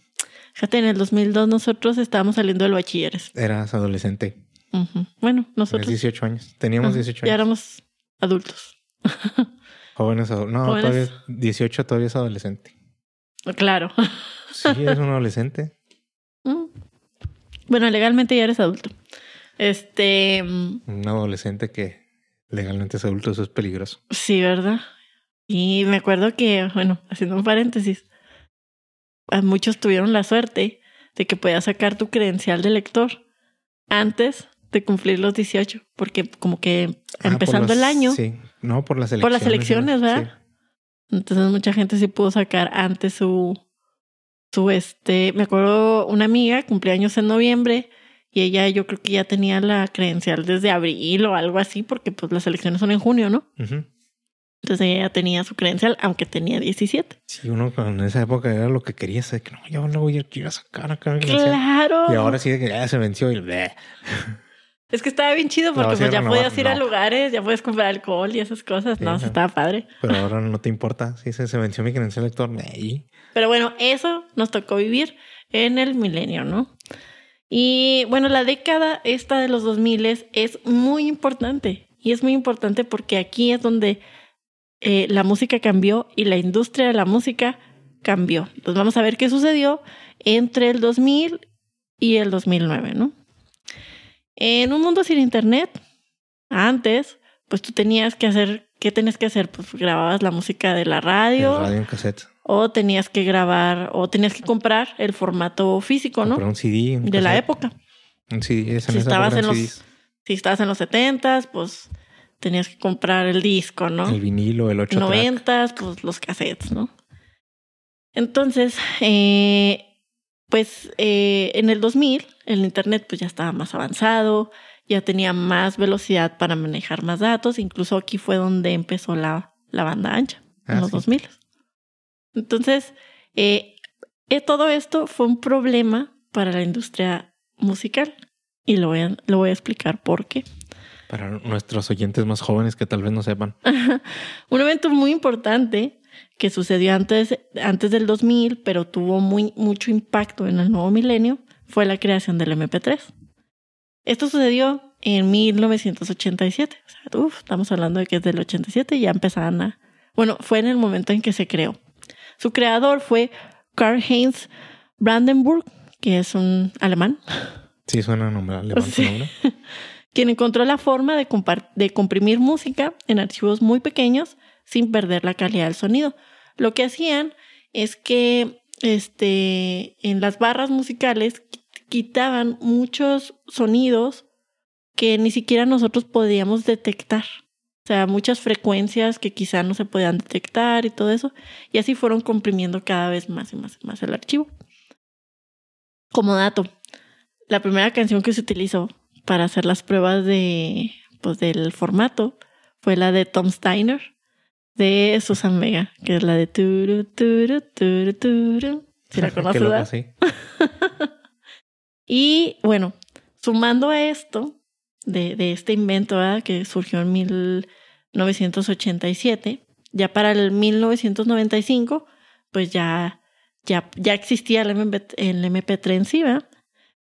S2: Fíjate, en el 2002 nosotros estábamos saliendo del bachilleres.
S1: Eras adolescente.
S2: Ujú. Bueno,
S1: Tenías
S2: nosotros
S1: 18 años. Teníamos
S2: ajá,
S1: 18
S2: ya
S1: años.
S2: éramos adultos.
S1: Jóvenes ado- No,
S2: Jóvenes.
S1: todavía es- 18 todavía es adolescente.
S2: Claro. [LAUGHS]
S1: Sí, eres un adolescente.
S2: Mm. bueno, legalmente ya eres adulto. Este... mm,
S1: Un adolescente que legalmente es adulto, eso es peligroso.
S2: Sí, ¿verdad? Y me acuerdo que, bueno, haciendo un paréntesis, a muchos tuvieron la suerte de que podías sacar tu credencial de lector antes de cumplir los 18, porque como que
S1: Ah, por
S2: empezando
S1: las-
S2: el año,
S1: Sí, no, por las elecciones.
S2: Por las elecciones,
S1: ¿no?
S2: ¿verdad? entonces mucha gente sí pudo sacar antes su, su, este, me acuerdo una amiga cumplió años en noviembre y ella yo creo que ya tenía la credencial desde abril o algo así, porque pues las elecciones son en junio, ¿no?
S1: Sí. Ujú.
S2: Entonces ella ya tenía su credencial, aunque tenía 17.
S1: Sí, uno en esa época era lo que quería hacer, que no, yo no voy a ir a sacar acá. mi credencial.
S2: Claro.
S1: Y ahora sí de que ya se venció y bleh.
S2: Es que estaba bien chido
S1: La
S2: porque
S1: vas a ir
S2: pues,
S1: a
S2: ya
S1: renovar.
S2: podías ir a
S1: No.
S2: lugares, ya podías comprar alcohol y esas cosas.
S1: Sí,
S2: no,
S1: ajá.
S2: eso estaba padre.
S1: pero ahora no te importa. Sí, se, se venció mi credencial lector. bleh, y-
S2: Pero bueno, eso nos tocó vivir en el milenio, ¿no? Y bueno, la década esta de los 2000 es muy importante. Y es muy importante porque aquí es donde eh, la música cambió y la industria de la música cambió. Entonces vamos a ver qué sucedió entre el 2000 y el 2009, ¿no? En un mundo sin internet, antes, pues tú tenías que hacer, ¿qué tenías que hacer? Pues grababas la música de la
S1: el
S2: radio,
S1: radio en cassette.
S2: o tenías que grabar o tenías que comprar el formato físico,
S1: Compré
S2: ¿no?
S1: un CD. un
S2: De la
S1: cassette,
S2: época.
S1: Un CD. Es en
S2: Si
S1: esa
S2: estabas
S1: época eran
S2: en los-
S1: CDs.
S2: Si estabas en los 70s, pues tenías que comprar el disco, ¿no?
S1: El vinilo, el 8 track.
S2: 90s, pues los cassettes, ¿no? Entonces, eh, pues eh, en el 2000 el Internet pues ya estaba más avanzado, ya tenía más velocidad para manejar más datos, incluso aquí fue donde empezó la, la banda ancha, en
S1: Ah,
S2: los
S1: sí.
S2: 2000. Entonces, eh, eh, todo esto fue un problema para la industria musical y lo voy a- lo voy a explicar por qué.
S1: Para nuestros oyentes más jóvenes que tal vez no sepan.
S2: Un evento muy importante que sucedió antes, antes del 2000, pero tuvo muy, mucho impacto en el nuevo milenio, fue la creación del MP3. Esto sucedió en 1987. O sea, uf, estamos hablando de que es del 87 y ya empezaban a... Bueno, fue en el momento en que se creó. Su creador fue Karl Heinz Brandenburg, que es un alemán,
S1: Sí, suena nombre. Levanta
S2: Sí.
S1: nombre.
S2: este, Como dato, la primera canción que se utilizó para hacer las pruebas de, pues, del formato fue la de Tom Steiner de Susan Vega, que es la de turu, turu, turu, turu.
S1: [LAUGHS]
S2: Si la conoces,
S1: Qué loco,
S2: ¿verdad?
S1: sí.
S2: Y bueno, sumando a esto, de, de este invento ¿verdad? que surgió en 1987, ya para el 1995, pues ya, ya, ya existía el, MP, el MP3 en sí, ¿verdad?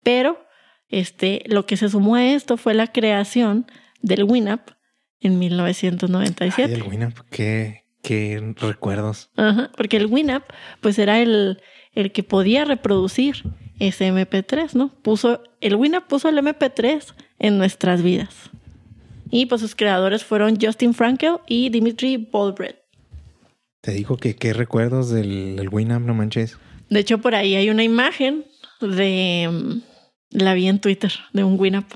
S2: pero este, lo que se sumó a esto fue la creación del WinApp en
S1: Ay,
S2: 1997.
S1: el Winamp, qué, qué recuerdos.
S2: Ajá, porque el Winamp, pues era el, el que podía reproducir ese MP3, ¿no? Puso, el Winamp puso el MP3 en nuestras vidas. Y pues sus creadores fueron Justin Frankel y Dimitri Bolbred.
S1: Te digo que qué recuerdos del, del Winamp, no manches.
S2: De hecho, por ahí hay una imagen de. mm, La vi en Twitter, de un Winamp.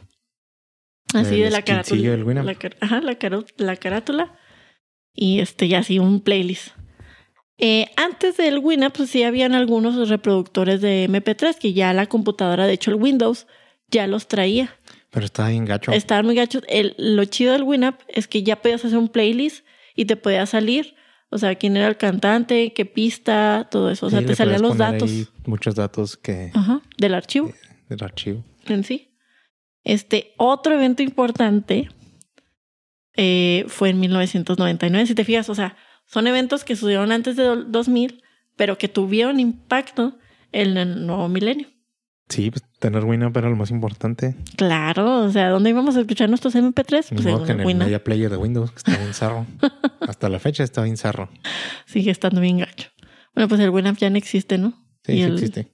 S2: Así
S1: Del
S2: de la
S1: skinsillo
S2: carátula.
S1: del Winamp.
S2: La, car- ajá, la, caro- la carátula. Y este, ya así un playlist. Eh, antes del Winamp, pues sí habían algunos reproductores de MP3 que ya la computadora, de hecho el Windows, ya los traía.
S1: Pero estaba bien gacho.
S2: Estaban muy gachos. El- lo chido del Winamp es que ya podías hacer un playlist y te podía salir. O sea, quién era el cantante, qué pista, todo eso. O sea,
S1: Sí,
S2: te
S1: le
S2: salían
S1: podías
S2: los
S1: poner
S2: datos.
S1: ahí Muchos datos que
S2: Ajá, del archivo
S1: del archivo.
S2: en sí. Este otro evento importante eh, fue en 1999. Si te fijas, o sea, son eventos que sucedieron antes de do- 2000, pero que tuvieron impacto en el nuevo milenio.
S1: Sí, pues tener Winamp era lo más importante.
S2: Claro, o sea, ¿dónde íbamos a escuchar nuestros MP3?
S1: Ni
S2: Pues
S1: modo que en
S2: en
S1: el
S2: Winamp.
S1: Media Player de Windows, que estaba un
S2: [LAUGHS]
S1: zarro. Hasta la fecha estaba un zarro.
S2: Sigue estando bien gacho. Bueno, pues el Winamp ya no existe, ¿no?
S1: Sí,
S2: Y
S1: sí
S2: el-
S1: existe.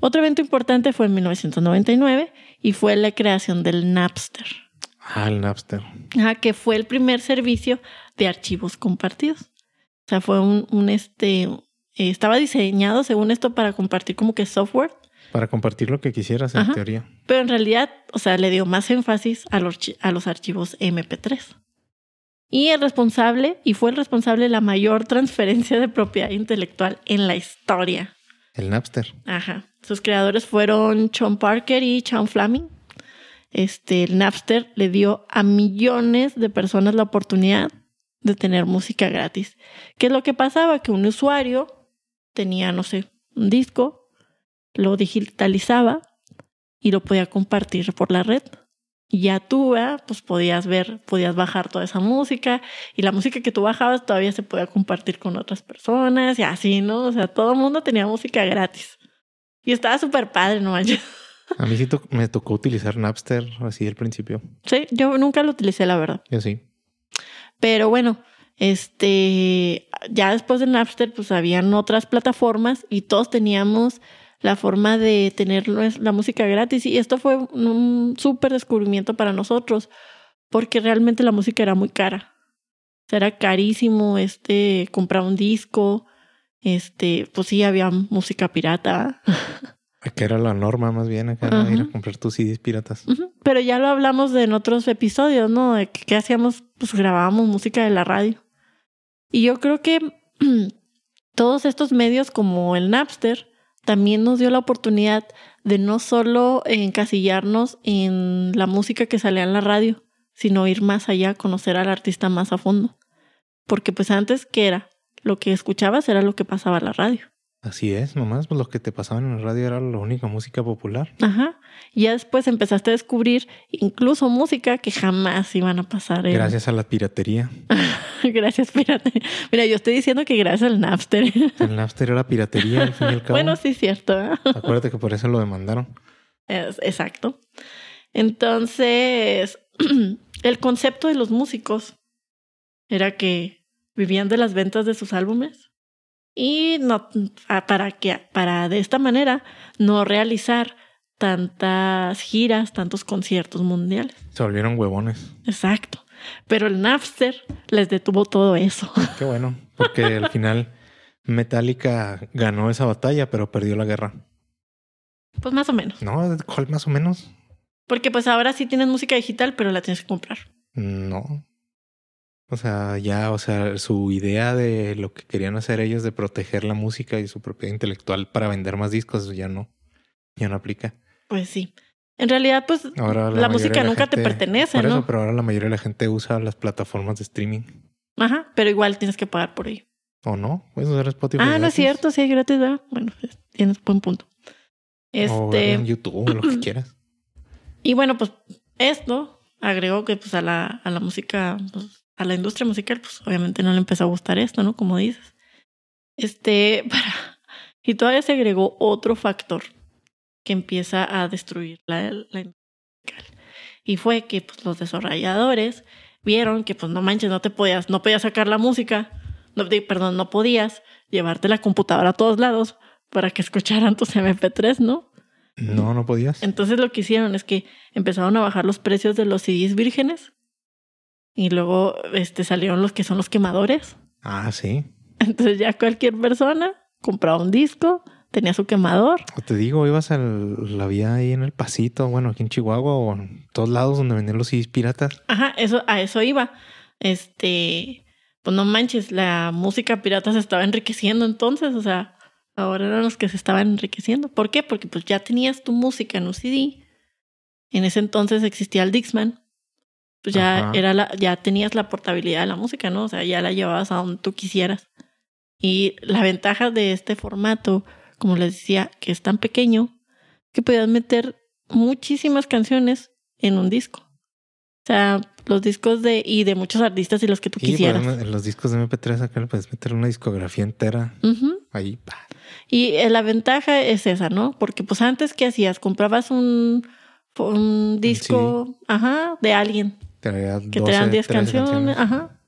S2: Otro evento importante fue en 1999 y fue la creación del Napster,
S1: Ah, el Napster.
S2: ajá, que fue el primer servicio de archivos compartidos. O sea, fue un, un, este, eh, estaba diseñado según esto para compartir como que software,
S1: Para compartir lo que quisieras en
S2: Ajá.
S1: teoría.
S2: pero en realidad, o sea, le dio más énfasis a los, chi- a los archivos MP3. Y el responsable, y fue el responsable de la mayor [LAUGHS] transferencia de propiedad intelectual en la historia.
S1: El Napster.
S2: Ajá. Sus creadores fueron Sean Parker y Sean Fleming. Este, el Napster le dio a millones de personas la oportunidad de tener música gratis. ¿Qué es lo que pasaba? Que un usuario tenía, no sé, un disco, lo digitalizaba y lo podía compartir por la red. Y ya tú, ¿verdad? pues podías ver, podías bajar toda esa música y la música que tú bajabas todavía se podía compartir con otras personas y así, ¿no? O sea, todo el mundo tenía música gratis. Y estaba súper padre, no manches.
S1: A mí sí to- me tocó utilizar Napster así al principio.
S2: Sí, yo nunca lo utilicé, la verdad.
S1: Yo sí.
S2: Pero bueno, este, ya después de Napster, pues habían otras plataformas y todos teníamos la forma de tener nues- la música gratis. Y esto fue un- un súper descubrimiento para nosotros, porque realmente la música era muy cara. O sea, era carísimo, este, comprar un disco, este, pues sí, había música pirata.
S1: Que era la norma más bien acá, ¿no?
S2: Ajá.
S1: ir a comprar tus CDs piratas.
S2: Ujú, Pero ya lo hablamos de en otros episodios, ¿no? De que, que hacíamos, pues grabábamos música de la radio. Y yo creo que [CLEARS THROAT] todos estos medios como el Napster también nos dio la oportunidad de no solo encasillarnos en la música que salía en la radio, sino ir más allá, conocer al artista más a fondo. Porque pues antes, ¿qué era? Lo que escuchabas era lo que pasaba en la radio.
S1: Así es, nomás pues, lo que te pasaban en la radio era la única música popular.
S2: Ajá. Y ya después empezaste a descubrir incluso música que jamás iban a pasar. en-
S1: Gracias a la piratería.
S2: [LAUGHS] gracias, espérate. Mira, yo estoy diciendo que gracias al Napster.
S1: El Napster era piratería al
S2: [LAUGHS]
S1: fin y al cabo.
S2: bueno, sí, cierto. ¿eh?
S1: Acuérdate que por eso lo demandaron.
S2: Es- exacto. Entonces, [CLEARS THROAT] el concepto de los músicos era que vivían de las ventas de sus álbumes y no ah, para que para de esta manera no realizar tantas giras, tantos conciertos mundiales.
S1: Se volvieron huevones.
S2: Exacto. Pero el Napster les detuvo todo eso. [LAUGHS]
S1: Qué bueno, porque al final Metallica ganó esa batalla, pero perdió la guerra.
S2: Pues más o menos.
S1: No, ¿cuál más o menos?
S2: Porque pues ahora sí tienes música digital, pero la tienes que comprar.
S1: No. O sea, ya, o sea, su idea de lo que querían hacer ellos de proteger la música y su propiedad intelectual para vender más discos ya no, ya no aplica.
S2: Pues sí. En realidad, pues
S1: Ahora
S2: la,
S1: mayoría de
S2: música
S1: la
S2: nunca te
S1: gente-
S2: pertenece,
S1: Por
S2: ¿no?
S1: eso, pero ahora la mayoría de la gente usa las plataformas de streaming.
S2: Ajá, pero igual tienes que pagar por ello.
S1: ¿O no? Puedes usar Spotify.
S2: Ah, no es
S1: gratis.
S2: cierto, sí, gratis, ¿verdad? Bueno, tienes buen punto.
S1: O verlo en
S2: Este,
S1: YouTube, o lo
S2: [CLEARS THROAT]
S1: que quieras.
S2: y bueno, pues esto agregó que pues a la, a la música, pues, a la industria musical, pues obviamente no le empezó a gustar esto, ¿no? Como dices. Este, [LAUGHS] para... Y todavía se agregó otro factor que empieza a destruir la, la industria musical. Y fue que pues, los desarrolladores vieron que pues no manches, no te podías, no podías sacar la música, no, di- perdón, no podías llevarte la computadora a todos lados para que escucharan tus MP3, ¿no?
S1: No, no podías.
S2: Entonces lo que hicieron es que empezaron a bajar los precios de los CDs vírgenes y luego este, salieron los que son los quemadores. [LAUGHS]
S1: Ah, sí.
S2: Entonces ya cualquier persona compraba un disco, tenía su quemador.
S1: O te digo, ibas a la vía ahí en el pasito, bueno, aquí en Chihuahua o en todos lados donde vendían los CDs piratas.
S2: Ajá, eso, a eso iba. Este, pues no manches, la música pirata se estaba enriqueciendo entonces, o sea, ahora eran los que se estaban enriqueciendo. ¿Por qué? Porque pues ya tenías tu música en un CD. En ese entonces existía el Dixman. Pues ya
S1: Ajá.
S2: era la, ya tenías la portabilidad de la música, ¿no? O sea, ya la llevabas a donde tú quisieras. Y la ventaja de este formato, como les decía, que es tan pequeño, que podías meter muchísimas canciones en un disco. O sea, los discos de y de muchos artistas y los que tú
S1: Y pues,
S2: quisieras.
S1: en los discos de MP3 acá le puedes meter una discografía entera
S2: Ujú.
S1: ahí. pa.
S2: Y eh, la ventaja es esa, ¿no? Porque pues antes, ¿qué hacías? Comprabas un, un disco ajá, de alguien
S1: Traía 12,
S2: que te dan 10
S1: 13
S2: canciones, ajá,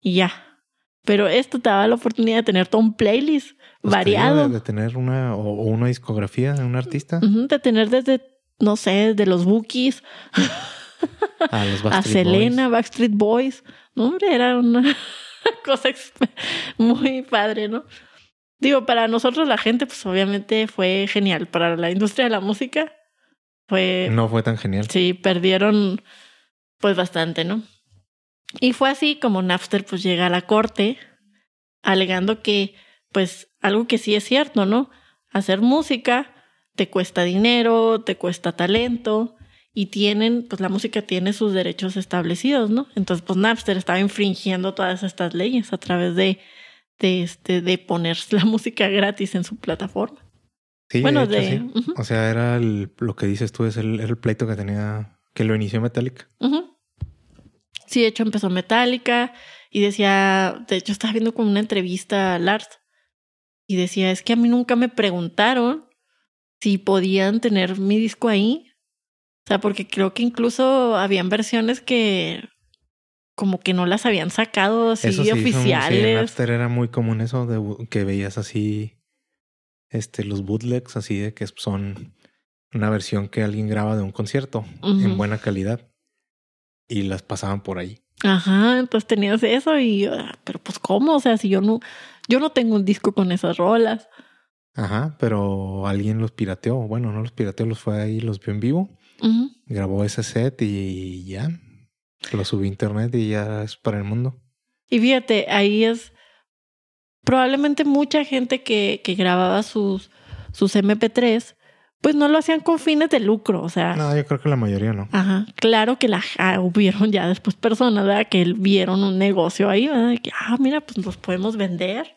S2: y ya. Pero esto te daba la oportunidad de tener todo un playlist
S1: Pues te digo,
S2: variado,
S1: De, de tener una o, o una discografía de un artista
S2: Ujú, de tener desde, no sé, de los Bookies
S1: a los
S2: a
S1: Backstreet
S2: Selena, Backstreet Boys. No, hombre, era una [LAUGHS] cosa ex- muy padre, ¿no? Digo, para nosotros la gente, pues obviamente fue genial. Para la industria de la música, fue.
S1: Boys. No fue tan genial.
S2: eh, Sí, perdieron pues bastante, ¿no? Y fue así como Napster pues llega a la corte alegando que pues algo que sí es cierto, ¿no? Hacer música te cuesta dinero, te cuesta talento y tienen pues la música tiene sus derechos establecidos, ¿no? Entonces pues Napster estaba infringiendo todas estas leyes a través de de este de poner la [LAUGHS] música gratis en su plataforma.
S1: Sí,
S2: bueno,
S1: de hecho,
S2: de
S1: sí.
S2: ujú,
S1: O sea, era el- lo que dices tú, es el, era el pleito que tenía, que lo inició Metallica.
S2: Ujú. Sí, de hecho empezó Metallica y decía, de hecho estaba viendo como una entrevista a Lars y decía, es que a mí nunca me preguntaron si podían tener mi disco ahí. O sea, porque creo que incluso habían versiones que como que no las habían sacado así
S1: eso sí, son- sí, en
S2: oficiales.
S1: Napster era muy común eso de bu- que veías así, este, los bootlegs, así de que son una versión que alguien graba de un concierto
S2: Ujú.
S1: en buena calidad y las pasaban por ahí.
S2: Ajá, entonces tenías eso y yo, "Ah, pero pues cómo, o sea, si yo no, yo no tengo un disco con esas rolas.
S1: Ajá, pero alguien los pirateó. Bueno, no los pirateó, los fue ahí, los vio en vivo,
S2: Ujú.
S1: grabó ese set y ya. Lo subí a internet y ya es para el mundo.
S2: Y fíjate, ahí es probablemente mucha gente que, que grababa sus, sus MP3, pues no lo hacían con fines de lucro, o sea,
S1: No, yo creo que la mayoría no.
S2: ajá, claro que la ah, hubieron ya después personas, ¿verdad? Que vieron un negocio ahí, ¿verdad? De Que, ah, mira, pues los podemos vender.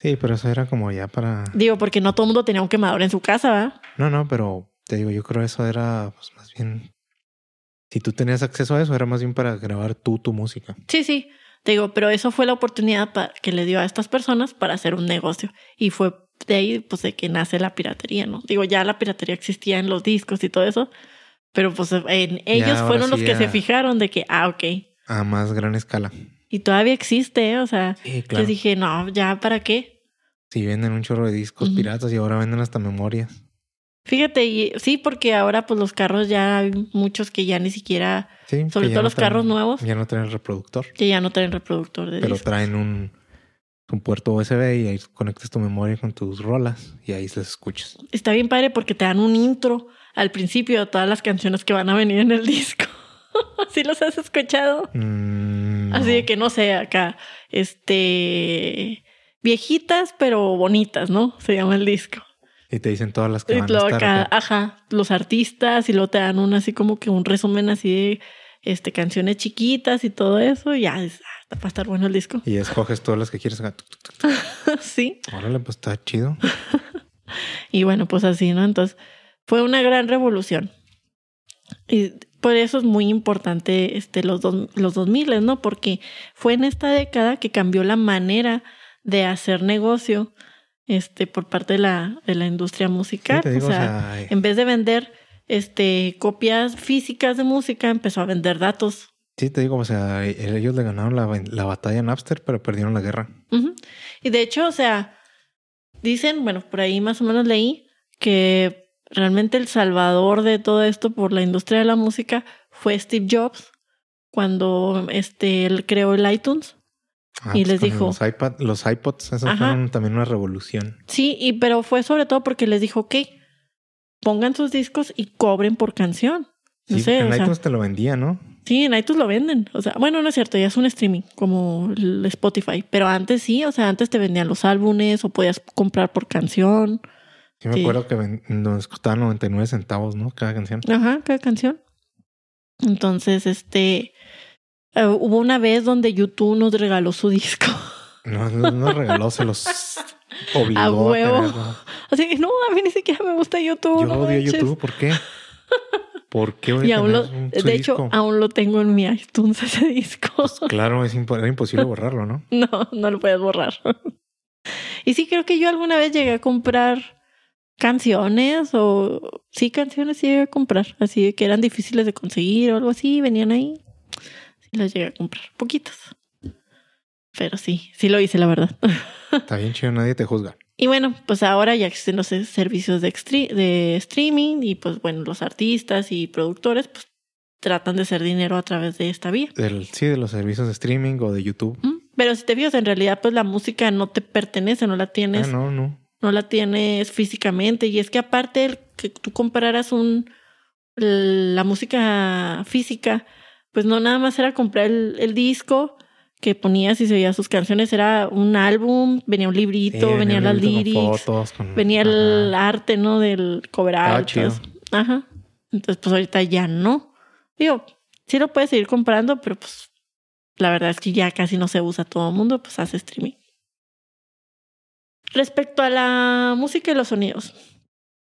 S1: Sí, pero eso era como ya para.
S2: Digo, porque no todo el mundo tenía un quemador en su casa, ¿verdad?
S1: No, no, pero te digo, yo creo eso era pues, más bien. Si tú tenías acceso a eso, era más bien para grabar tú tu música.
S2: Sí, sí. Te digo, pero eso fue la oportunidad pa- que le dio a estas personas para hacer un negocio. Y fue de ahí, pues, de que nace la piratería, ¿no? Digo, ya la piratería existía en los discos y todo eso. Pero, pues, en ellos
S1: ahora
S2: fueron
S1: sí
S2: los que
S1: ya.
S2: se fijaron de que, ah, ok.
S1: A más gran escala.
S2: Y todavía existe, ¿eh? o sea,
S1: Sí,
S2: yo dije, no, ya, ¿para qué?
S1: Si venden un chorro de discos
S2: Ujú.
S1: piratas y ahora venden hasta memorias.
S2: Fíjate, y sí, porque ahora, pues, los carros ya hay muchos que ya ni siquiera,
S1: Sí, que
S2: Sobre
S1: ya
S2: todo
S1: no
S2: los carros nuevos.
S1: Ya no traen reproductor.
S2: que ya no traen reproductor de
S1: pero
S2: discos.
S1: traen un, un puerto USB y ahí conectas tu memoria con tus rolas y ahí las escuchas.
S2: Está bien padre porque te dan un intro al principio [LAUGHS] de todas las canciones que van a venir en el disco. ¿Sí los has escuchado?
S1: Mm, No.
S2: Así de que no sé, acá, este. Viejitas, pero bonitas, ¿no? Se llama el disco.
S1: Y te dicen todas las que
S2: Y
S1: van a
S2: luego
S1: estar.
S2: acá,
S1: acá.
S2: ajá, los artistas y luego te dan un así como que un resumen así de este, canciones chiquitas y todo eso. Y ya, es, ah, está para estar bueno el disco. [LAUGHS]
S1: Y escoges todas las que quieres. acá. Tuc, tuc, tuc.
S2: sí.
S1: Órale, pues está
S2: [LAUGHS]
S1: chido.
S2: Y bueno, pues así, ¿no? Entonces, fue una gran revolución. Y por eso es muy importante este, los, dos, los 2000, ¿no? Porque fue en esta década que cambió la manera de hacer negocio este, por parte de la, de la industria
S1: Sí,
S2: musical.
S1: te digo, o sea, ay,
S2: en vez de vender este, copias físicas de música, empezó a vender datos.
S1: sí, te digo, o sea, e-, ellos le ganaron la, la batalla a Napster, pero perdieron la guerra.
S2: Ujú. Y de hecho, o sea, dicen, bueno, por ahí más o menos leí que realmente el salvador de todo esto por la industria de la música fue Steve Jobs cuando este, él creó el iTunes.
S1: Ah,
S2: Y les
S1: con
S2: dijo-
S1: Los, iPad, los iPods, eso
S2: Ajá.
S1: fueron también una revolución.
S2: Sí, y, pero fue sobre todo porque les dijo, ok, pongan sus discos y cobren por canción. No
S1: Sí,
S2: sé,
S1: porque en
S2: o sea,
S1: iTunes te lo vendía, ¿no?
S2: Sí, en iTunes lo venden. O sea, bueno, no es cierto, ya es un streaming como el Spotify. Pero antes sí, o sea, antes te vendían los álbumes o podías comprar por canción.
S1: Yo me
S2: Sí.
S1: acuerdo que ven- nos costaba 99 centavos, ¿no? Cada canción.
S2: Ajá, cada canción. Entonces, este. eh, hubo una vez donde YouTube nos regaló su [LAUGHS] disco.
S1: No, no, no regaló, se los obligó.
S2: [LAUGHS] A huevo.
S1: tenerlo.
S2: Así que [LAUGHS] no, a mí ni siquiera me gusta YouTube.
S1: Yo
S2: no
S1: odio
S2: manches.
S1: YouTube, ¿por qué? ¿Por qué voy a
S2: Y aún lo,
S1: tener un- su
S2: de hecho,
S1: disco?
S2: aún [LAUGHS] lo tengo en mi iTunes [LAUGHS] ese disco.
S1: Claro, es impo- era imposible borrarlo, ¿no?
S2: [LAUGHS] No, no lo puedes borrar. [LAUGHS] Y sí, creo que yo alguna vez llegué a comprar canciones o sí, canciones sí llegué a comprar, así de que eran difíciles de conseguir o algo así, venían ahí. Sí, las llegué a comprar, poquitas. Pero sí, sí lo hice, la verdad. [LAUGHS]
S1: Está bien chido, nadie te juzga.
S2: Y bueno, pues ahora ya existen los servicios de, extre- de streaming y pues bueno, los artistas y productores pues tratan de hacer dinero a través de esta vía.
S1: Del, sí, de los servicios de streaming o de YouTube.
S2: Mm, Pero si te fijas, en realidad pues la música no te pertenece, no la
S1: Ah,
S2: tienes
S1: no, no.
S2: no la tienes físicamente. Y es que aparte el que tú compraras un la música física, pues no nada más era comprar el, el disco que ponías y se oía sus canciones, era un álbum, venía un
S1: Sí,
S2: librito,
S1: venía
S2: venían
S1: un
S2: las
S1: librito con
S2: lyrics,
S1: fotos, con-
S2: venía el
S1: Ajá.
S2: arte, ¿no? Del cover
S1: Estaba
S2: art, todo
S1: chido.
S2: eso. Ajá. Entonces, pues ahorita ya no. Digo, sí lo puedes seguir comprando, pero pues la verdad es que ya casi no se usa todo el mundo, pues hace streaming. Respecto a la música y los sonidos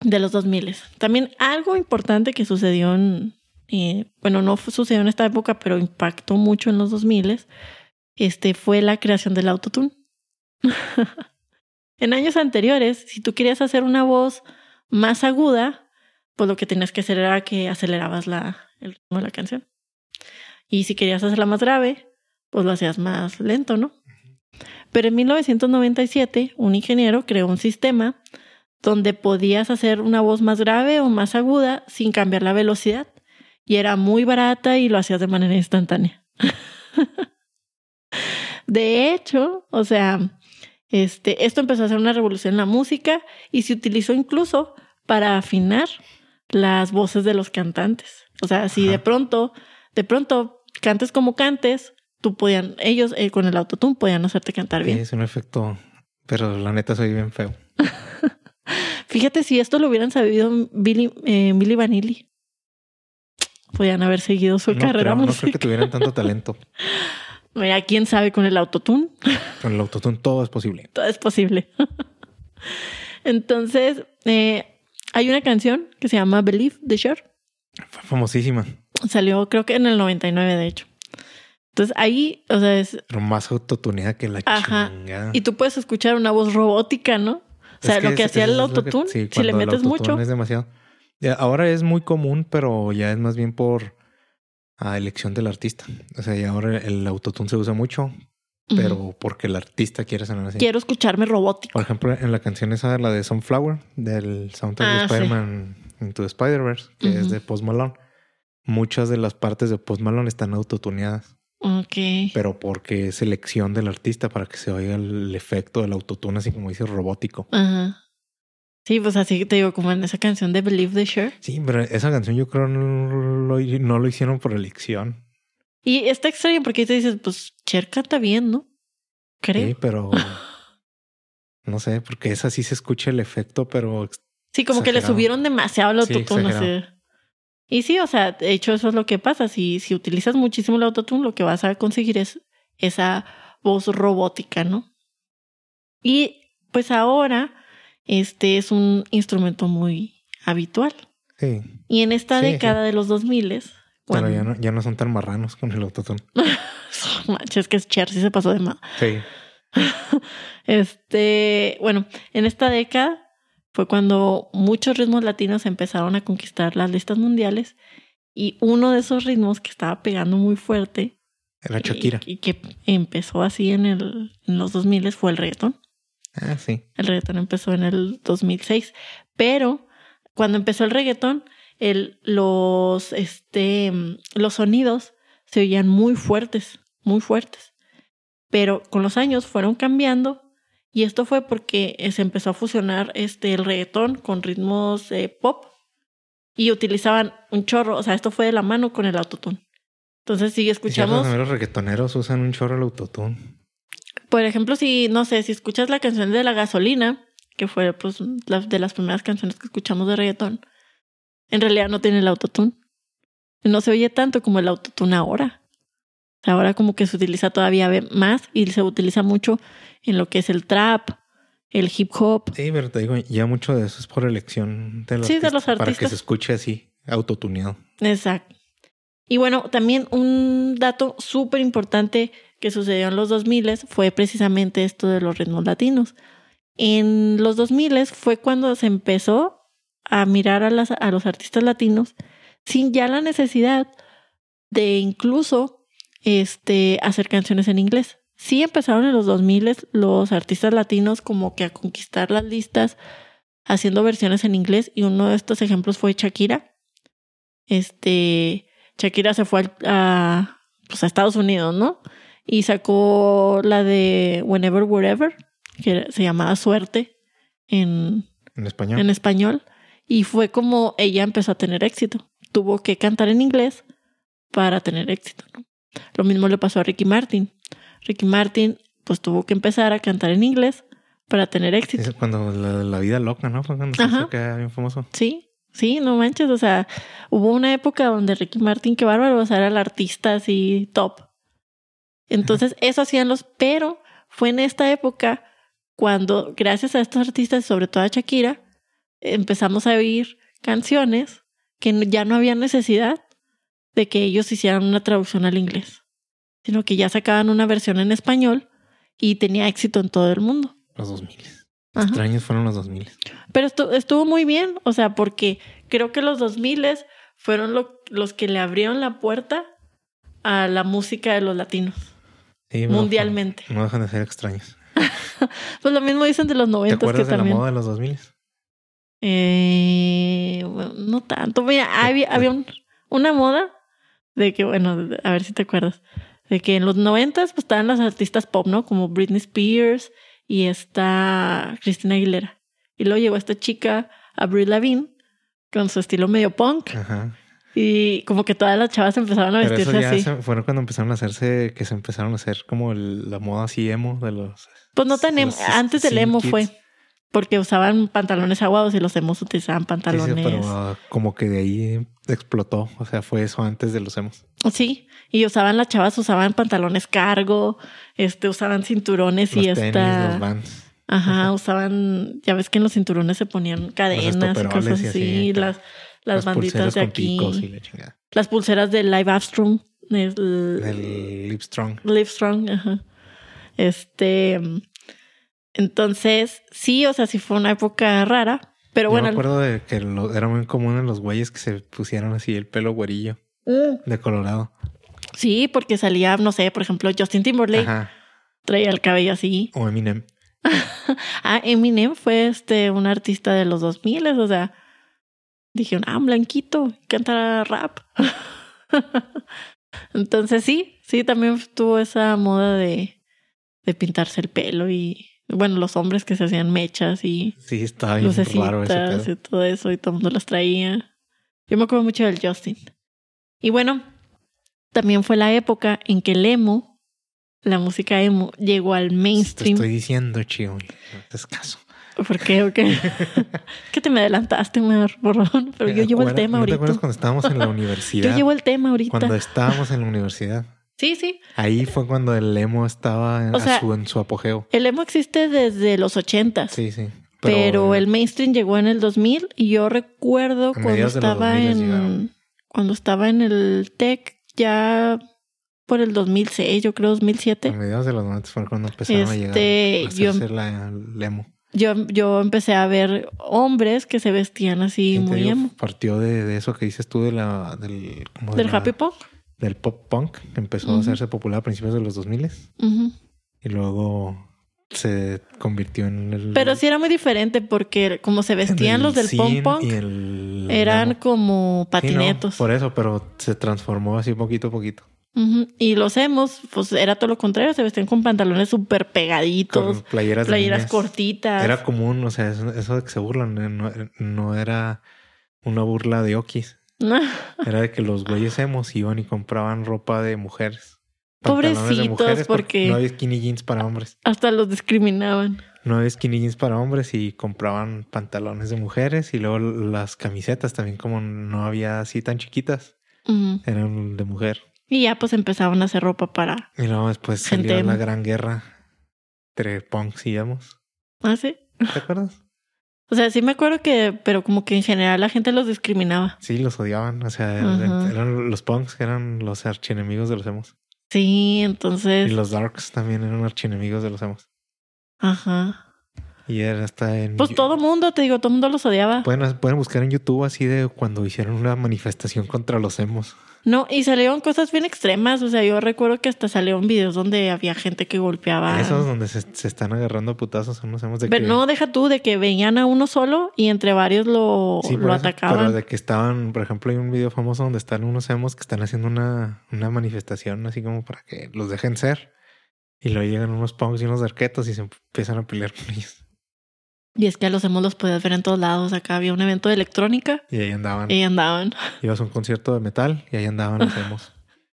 S2: de los 2000, también algo importante que sucedió en, eh, bueno, no fu- sucedió en esta época, pero impactó mucho en los 2000, este, fue la creación del autotune. en años anteriores, si tú querías hacer una voz más aguda, pues lo que tenías que hacer era que acelerabas la, el ritmo de la canción. Y si querías hacerla más grave, pues lo hacías más lento, ¿no? Pero en 1997, un ingeniero creó un sistema donde podías hacer una voz más grave o más aguda sin cambiar la velocidad. Y era muy barata y lo hacías de manera instantánea. [LAUGHS] de hecho, o sea, este, esto empezó a ser una revolución en la música y se utilizó incluso para afinar las voces de los cantantes. O sea, si de
S1: Ajá.
S2: pronto, de pronto cantes como cantes, tú podían, ellos eh, con el autotune podían hacerte cantar
S1: Sí,
S2: bien.
S1: es un efecto, pero la neta soy bien feo.
S2: Fíjate si esto lo hubieran sabido Billy, eh, Milli Vanilli. Podían haber seguido su
S1: No
S2: carrera
S1: creo, no creo que
S2: musical.
S1: tuvieran tanto talento.
S2: Mira, quién sabe con el autotune. [LAUGHS]
S1: Con el autotune todo es posible.
S2: Todo es posible. [LAUGHS] Entonces, eh, hay una canción que se llama Believe de Cher.
S1: Fue famosísima,
S2: Salió creo que en el 99, de hecho. Entonces ahí, o sea, es,
S1: pero más autotuneada que la
S2: Ajá.
S1: chingada.
S2: y tú puedes escuchar una voz robótica, ¿no? O sea,
S1: Ah. Es
S2: lo que
S1: es-
S2: hacía
S1: eso
S2: el
S1: es lo que-
S2: autotune,
S1: sí,
S2: si le
S1: cuando el
S2: metes
S1: autotune
S2: mucho,
S1: Es demasiado. Ya, Ahora es muy común, pero ya es más bien por a elección del artista. O sea, ya ahora el autotune se usa mucho,
S2: ujú,
S1: pero porque el artista quiere sonar así.
S2: quiero escucharme robótico.
S1: Por ejemplo, en la canción esa, la de Sunflower, del soundtrack
S2: Ah,
S1: de
S2: sí.
S1: Spider-Man Into the Spider-Verse, que es
S2: Ujú.
S1: de Post Malone. Muchas de las partes de Post Malone están autotuneadas,
S2: Ok.
S1: pero porque es elección del artista para que se oiga el efecto del autotune, así como dice robótico.
S2: Ajá. Sí, pues así te digo, como en esa canción de Believe the Sure.
S1: Sí, pero esa canción yo creo no lo, no lo hicieron por elección.
S2: Y está extraño porque ahí te dices, pues Cherca está bien, ¿no? Creo.
S1: Sí,
S2: [LAUGHS]
S1: pero no sé, porque esa sí se escucha el efecto, pero ex-
S2: Sí, como que le
S1: Exagerado.
S2: subieron demasiado el
S1: Sí,
S2: autotune. o sea.
S1: exagerado.
S2: Y sí, o sea, de hecho, eso es lo que pasa. Si, si utilizas muchísimo el autotune, lo que vas a conseguir es esa voz robótica, ¿no? Y pues ahora, este es un instrumento muy habitual.
S1: sí.
S2: Y en esta
S1: Sí,
S2: década de los 2000,
S1: Pero
S2: cuando...
S1: ya no, ya no son tan marranos con el autotune.
S2: [LAUGHS] Manches, que es Cher, sí se pasó de más.
S1: Sí.
S2: Este, bueno, en esta década fue cuando muchos ritmos latinos empezaron a conquistar las listas mundiales y uno de esos ritmos que estaba pegando muy fuerte
S1: Era
S2: y,
S1: Shakira.
S2: y que empezó así en, el, en los 2000 fue el reggaetón.
S1: Ah, sí.
S2: El reggaetón empezó en el 2006, pero cuando empezó el reggaetón, el, los, este, mm, los sonidos se oían muy fuertes, muy fuertes. Pero con los años fueron cambiando y esto fue porque eh, se empezó a fusionar este, el reggaetón con ritmos eh, pop y utilizaban un chorro, o sea, esto fue de la mano con el autotune. Entonces, si
S1: Y cierto,
S2: escuchamos...
S1: también Los reggaetoneros usan un chorro el autotune.
S2: Por ejemplo, si, no sé, si escuchas la canción de la gasolina, que fue pues la- de las primeras canciones que escuchamos de reggaetón, en realidad no tiene el autotune. No se oye tanto como el autotune ahora. Ahora como que se utiliza todavía ve- más y se utiliza mucho en lo que es el trap, el hip hop.
S1: Sí, pero te digo, ya mucho de eso es por elección de los,
S2: Sí, de los
S1: Para que
S2: artistas.
S1: se escuche así, autotuneado.
S2: Exacto. Y bueno, también un dato súper importante que sucedió en los 2000 fue precisamente esto de los ritmos latinos. En los 2000 fue cuando se empezó a mirar a, las- a los artistas latinos sin ya la necesidad de incluso este, hacer canciones en inglés. Sí empezaron en los 2000 los artistas latinos como que a conquistar las listas haciendo versiones en inglés y uno de estos ejemplos fue Shakira este Shakira se fue al- a, pues a Estados Unidos, ¿no? Y sacó la de Whenever Wherever, que era- se llamaba Suerte en,
S1: En español.
S2: en español. Y fue como ella empezó a tener éxito. Tuvo que cantar en inglés para tener éxito. ¿no? Lo mismo le pasó a Ricky Martin. Ricky Martin pues tuvo que empezar a cantar en inglés para tener éxito.
S1: Es cuando la, la vida loca, ¿no? Fue cuando se
S2: este- Ajá.
S1: hizo acá bien famoso.
S2: Sí, sí, no manches. O sea, hubo una época donde Ricky Martin, qué bárbaro, o sea, era el artista así top. Entonces, eso hacían los, pero fue en esta época cuando, gracias a estos artistas, sobre todo a Shakira, empezamos a oír canciones que no- ya no había necesidad de que ellos hicieran una traducción al inglés, sino que ya sacaban una versión en español y tenía éxito en todo el mundo.
S1: Los 2000.
S2: Ajá.
S1: Extraños fueron los 2000.
S2: Pero estu- estuvo muy bien, o sea, porque creo que los 2000 fueron lo- los que le abrieron la puerta a la música de los latinos
S1: Sí, pero
S2: mundialmente.
S1: No dejan de ser extraños.
S2: Pues lo mismo dicen de los
S1: ¿Te
S2: 90 que
S1: acuerdas de la
S2: también.
S1: moda de los 2000?
S2: Eh, bueno, no tanto. Mira, había, había un- una moda de que, bueno, de- a ver si te acuerdas, de que en los 90 pues estaban las artistas pop, ¿no? Como Britney Spears y esta Cristina Aguilera. Y luego llegó esta chica, Avril Lavigne, con su estilo medio punk.
S1: Ajá.
S2: Y como que todas las chavas empezaron a
S1: Pero eso
S2: vestirse
S1: ya
S2: así.
S1: se- fueron cuando empezaron a hacerse, que se empezaron a hacer como el- la moda así emo de los.
S2: Pues no tan emo.
S1: los
S2: Antes del
S1: teen
S2: emo
S1: kids.
S2: fue.
S1: Sí,
S2: Porque usaban pantalones aguados y los emos utilizaban
S1: sí,
S2: pantalones.
S1: pero ah, como que de ahí explotó. O sea, fue eso antes de los emos.
S2: Sí, y usaban las chavas, usaban pantalones cargo, este, usaban cinturones
S1: los
S2: y
S1: tenis,
S2: esta.
S1: los vans.
S2: ajá, usaban, ya ves que en los cinturones se ponían cadenas y
S1: estoperoles
S2: cosas
S1: y
S2: así,
S1: así, acá.
S2: las, las, banditas
S1: pulseras
S2: de
S1: con
S2: aquí,
S1: picos y la chingada.
S2: las pulseras de Live Astrum, el,
S1: Del Lipstrong.
S2: Live Strong, ajá. Este, entonces, sí, o sea, sí fue una época rara, pero
S1: Yo
S2: bueno,
S1: me acuerdo de que lo- era muy común en los güeyes que se pusieron así el pelo güerillo
S2: mm,
S1: de Colorado.
S2: sí, porque salía, no sé, por ejemplo, Justin Timberlake
S1: Ajá.
S2: traía el cabello así,
S1: O Eminem.
S2: Ah, Eminem fue este un artista de los 2000, o sea, dijeron, ah, un blanquito, canta rap. [LAUGHS] Entonces sí, sí, también tuvo esa moda de, de pintarse el pelo y, bueno, los hombres que se hacían mechas y
S1: Sí, estaba bien raro ese
S2: lucecitas
S1: pedo.
S2: y todo eso y todo el mundo las traía. Yo me acuerdo mucho del Justin. Y bueno, también fue la época en que el emo, la música emo, llegó al mainstream.
S1: Te estoy diciendo, chido. No te caso.
S2: ¿Por qué?
S1: [LAUGHS]
S2: ¿O qué? que te me adelantaste, me borrón. Pero yo llevo el tema
S1: ¿No te
S2: ahorita.
S1: acuerdas cuando estábamos
S2: [LAUGHS]
S1: en la universidad?
S2: Yo llevo el tema ahorita.
S1: Cuando estábamos en la universidad.
S2: Sí, sí.
S1: Ahí fue cuando el emo estaba en,
S2: O
S1: a
S2: sea,
S1: su, en su apogeo.
S2: El emo existe desde los ochentas.
S1: Sí, sí.
S2: Pero, el mainstream llegó en el 2000 y yo recuerdo cuando
S1: mediados de los
S2: estaba
S1: 2000
S2: en
S1: llegaron.
S2: cuando estaba en el Tech ya por el 2006, yo creo 2007.
S1: A mediados de los 90 fue cuando empezaron a llegar
S2: Este,
S1: a
S2: yo-
S1: hacerse la, el emo.
S2: Yo yo empecé a ver hombres que se vestían así
S1: ¿Quién te
S2: muy
S1: digo?
S2: emo,
S1: Partió de, de eso que dices tú de la, del, como de
S2: del
S1: la-
S2: happy pop.
S1: del pop punk que empezó a
S2: Ujú.
S1: hacerse popular a principios de los 2000
S2: Ujú.
S1: y luego se convirtió en el...
S2: Pero sí era muy diferente porque como se
S1: en
S2: vestían
S1: el
S2: los del pom
S1: scene
S2: pom
S1: y el
S2: eran
S1: emo.
S2: como
S1: Sí, no,
S2: patinetos.
S1: por eso, pero se transformó así poquito a poquito.
S2: Ujú. Y los emos, pues era todo lo contrario, se vestían con pantalones súper pegaditos,
S1: Con playeras, de
S2: playeras
S1: niñas.
S2: cortitas.
S1: Era común, o sea, eso, eso de que se burlan, eh, no, no era una burla de okis. Era de que los güeyes hemos iban y compraban ropa de mujeres. pantalones de
S2: Pobrecitos,
S1: mujeres,
S2: porque-
S1: No había skinny jeans para hombres.
S2: Hasta los discriminaban.
S1: No había skinny jeans para hombres y compraban pantalones de mujeres. Y luego las camisetas también, como no había así tan chiquitas,
S2: Ujú.
S1: eran de mujer.
S2: Y ya pues empezaban a hacer ropa para...
S1: Y luego después salió
S2: Gente emo.
S1: la gran guerra entre punks y emos.
S2: ¿Ah, sí?
S1: ¿Te acuerdas?
S2: O sea, sí me acuerdo que... Pero como que en general la gente los discriminaba.
S1: Sí, los odiaban. O sea,
S2: Ajá.
S1: eran los punks que eran los archienemigos de los emos.
S2: Sí,
S1: Y
S2: entonces...
S1: los darks también eran archienemigos de los emos.
S2: Ajá.
S1: Y Pues era hasta en.
S2: Pues todo mundo, te digo, todo mundo los odiaba.
S1: Pueden, pueden buscar en YouTube así de cuando hicieron una manifestación contra los emos.
S2: No, y salieron cosas bien extremas. O sea, yo recuerdo que hasta salieron videos donde había gente que golpeaba...
S1: Esos donde se, se están agarrando a putazos son los emos de que.
S2: Pero Ah. no, deja tú de que venían a uno solo y entre varios lo,
S1: Sí, por
S2: lo
S1: eso,
S2: atacaban.
S1: Pero de que estaban, por ejemplo, hay un video famoso donde están unos emos que están haciendo una, una manifestación así como para que los dejen ser. Y luego llegan unos punks y unos arquetos y se empiezan a pelear con ellos.
S2: Y es que a los hemos los podías ver en todos lados. Acá había un evento de electrónica
S1: Y ahí andaban.
S2: y andaban.
S1: Ibas a un concierto de metal y ahí andaban los
S2: [LAUGHS]
S1: emos.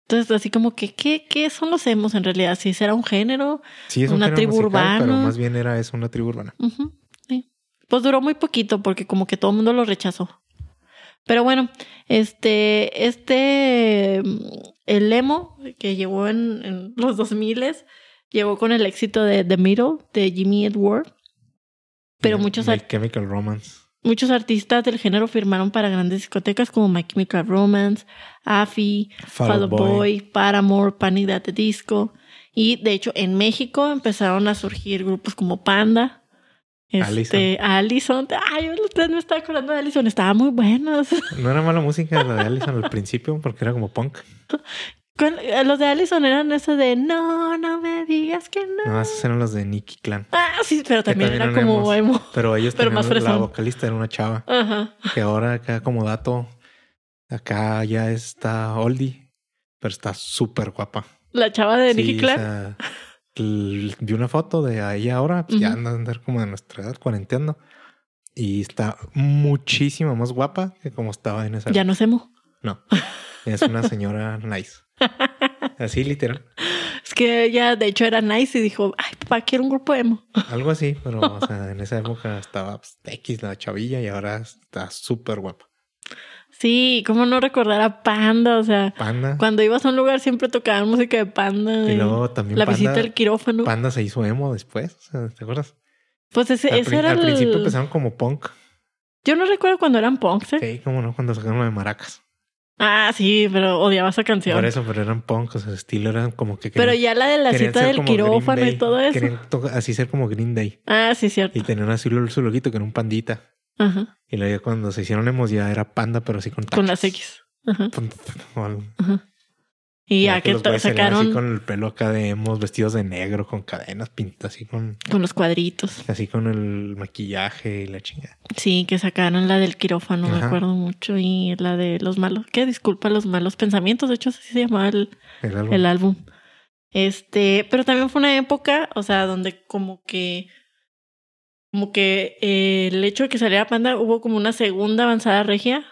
S2: Entonces, así como que, ¿qué, qué son los emos en realidad? Si será un género.
S1: Sí, es un
S2: Una
S1: género
S2: tribu
S1: musical, Pero
S2: urbana.
S1: más bien era eso, una tribu urbana.
S2: Ujú, sí. Pues duró muy poquito porque como que todo el mundo lo rechazó. Pero bueno, este, este, mm, el emo que llegó en, en los 2000 llegó con el éxito de The Middle de Jimmy Edward. Pero
S1: Y
S2: muchos
S1: Eh, My
S2: art-
S1: Chemical Romance.
S2: Muchos artistas del género firmaron para grandes discotecas como My Chemical Romance, AFI,
S1: Fall
S2: Fall
S1: Out
S2: Out Boy, Paramore, Panic at the Disco. Y de hecho, en México empezaron a surgir grupos como Panda. Este, Allison. Ay, usted me estaba acordando de Allison. Estaban muy buenos. [LAUGHS]
S1: No era mala música la de Allison al principio porque era como punk.
S2: ¿Cuál- eh, Los de Allison eran eso de no, no me digas que no.
S1: No, esos eran los de Nicky Clan.
S2: Ah, sí, pero también,
S1: también
S2: era
S1: eran
S2: como emo.
S1: Pero ellos
S2: Pero más
S1: tenían la
S2: fresón.
S1: vocalista era una chava
S2: Ajá.
S1: que ahora acá como dato acá ya está oldie, pero está súper guapa.
S2: La chava de Nicky
S1: Sí,
S2: Clark.
S1: o sea, l- vi una foto de a ella ahora, pues ya
S2: Ujú.
S1: anda a andar como de nuestra edad, cuarentena. Y está muchísimo más guapa que como estaba en esa.
S2: ya no es emo.
S1: No. Es una señora
S2: [LAUGHS]
S1: nice. Así literal.
S2: Es que ella, de hecho, era nice y dijo, ay, papá, quiero un grupo emo.
S1: Algo así, pero o sea, en esa época estaba pues, X la chavilla y ahora está súper guapa.
S2: Sí, cómo no recordar a Panda, o sea,
S1: Panda.
S2: cuando ibas a un lugar siempre tocaban música de Panda.
S1: Y
S2: y
S1: luego también
S2: la
S1: Panda,
S2: visita al quirófano.
S1: Panda se hizo emo después, o sea, ¿te acuerdas?
S2: Pues ese,
S1: al,
S2: ese
S1: prin-
S2: era
S1: al
S2: el...
S1: principio empezaron como punk.
S2: Yo no recuerdo cuando eran punks, ¿eh?
S1: Sí, como no, cuando sacaron lo de maracas.
S2: Ah, sí, pero odiaba esa canción.
S1: Por eso, pero eran punk, o sea, el estilo era como que...
S2: pero
S1: querían-
S2: ya la de la
S1: querían
S2: cita
S1: ser
S2: del
S1: como Green
S2: quirófano y
S1: Day,
S2: todo eso.
S1: Querían to- así ser como Green Day.
S2: Ah, sí, cierto.
S1: Y tenían así lo- su loguito que era un pandita.
S2: Ajá,
S1: Y luego ya cuando se hicieron emos ya era panda, pero así con
S2: con
S1: tachas.
S2: las X. Ajá,
S1: O algo.
S2: ajá. Y ya, que,
S1: los
S2: to-
S1: güeyes salían
S2: sacaron
S1: así
S2: con...
S1: con el pelo acá de hemos vestidos de negro con cadenas pintas así con
S2: los cuadritos.
S1: así con el maquillaje y la chingada
S2: Sí, que sacaron la del quirófano, me
S1: Ajá.
S2: acuerdo mucho. Y la de los malos... ¿Qué? Disculpa, los malos pensamientos. De hecho, así se llamaba el,
S1: el álbum.
S2: el álbum. Este, pero también fue una época, o sea, donde como que, como que eh, el hecho de que saliera Panda hubo como una segunda avanzada regia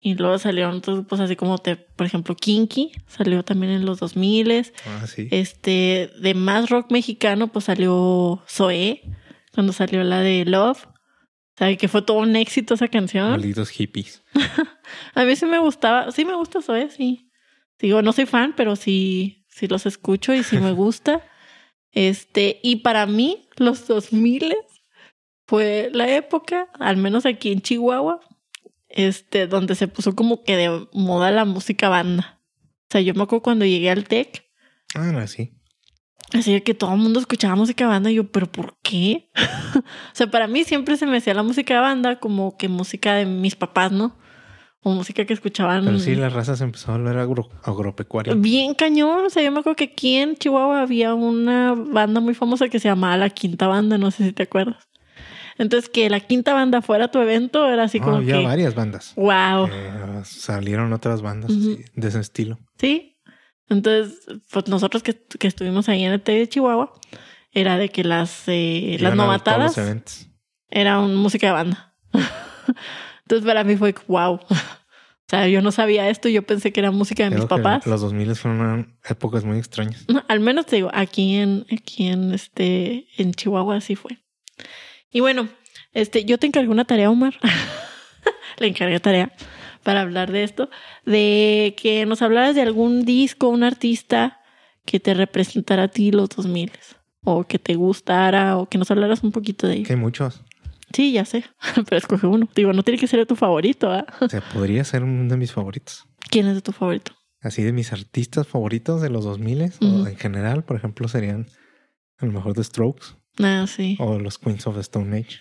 S2: Y luego salieron otros grupos así como, te, por ejemplo, Kinky, salió también en los 2000.
S1: Ah, sí.
S2: Este, de más rock mexicano, pues salió Zoé, cuando salió la de Love. O sea, que fue todo un éxito esa canción.
S1: Malditos hippies.
S2: A mí sí me gustaba, sí me gusta Zoé, sí. Digo, no soy fan, pero sí, sí los escucho
S1: [LAUGHS]
S2: y sí me gusta. Este, y para mí, los 2000 fue la época, al menos aquí en Chihuahua, este, donde se puso como que de moda la música banda. O sea, yo me acuerdo cuando llegué al TEC,
S1: Ah, no, sí.
S2: así de que todo el mundo escuchaba música banda, y yo, ¿pero por qué? [LAUGHS] o sea, para mí siempre se me hacía la música banda como que música de mis papás, ¿no? O música que escuchaban.
S1: Pero sí, la raza se empezó a volver agro, agropecuaria.
S2: Bien cañón, o sea, yo me acuerdo que aquí en Chihuahua había una banda muy famosa que se llamaba La Quinta Banda, no sé si te acuerdas. Entonces, que La Quinta Banda fuera tu evento era así
S1: No,
S2: como
S1: Ah, había
S2: que,
S1: varias bandas.
S2: wow,
S1: Eh, salieron otras bandas
S2: Ujú.
S1: así, de ese estilo.
S2: ¿sí? Entonces, pues nosotros que, que estuvimos ahí en el TEC de Chihuahua, era de que las, eh,
S1: Iban a
S2: las
S1: todos
S2: novatadas
S1: los eventos.
S2: era un- música de banda. [LAUGHS] Entonces, para mí fue wow. [LAUGHS] O sea, yo no sabía esto, yo pensé que era música de
S1: Creo
S2: mis
S1: que
S2: papás.
S1: Los 2000 fueron épocas muy extrañas.
S2: No, [LAUGHS] Al menos te digo, aquí en, aquí en este, en Chihuahua así fue. Y bueno, este, yo te encargué una tarea, Omar. [LAUGHS] Le encargué tarea para hablar de esto, de que nos hablaras de algún disco, un artista que te representara a ti los 2000 o que te gustara o que nos hablaras un poquito de ello.
S1: Que hay
S2: [LAUGHS]
S1: muchos.
S2: Sí, ya sé, [LAUGHS] pero escoge uno. Digo, no tiene que ser de tu favorito, ¿ah?
S1: O sea, podría ser uno de mis favoritos.
S2: ¿Quién es de tu favorito?
S1: Así de mis artistas favoritos de los 2000
S2: Ujú.
S1: o en general, por ejemplo, serían a lo mejor The Strokes
S2: Ah, sí.
S1: o los Queens of the Stone Age.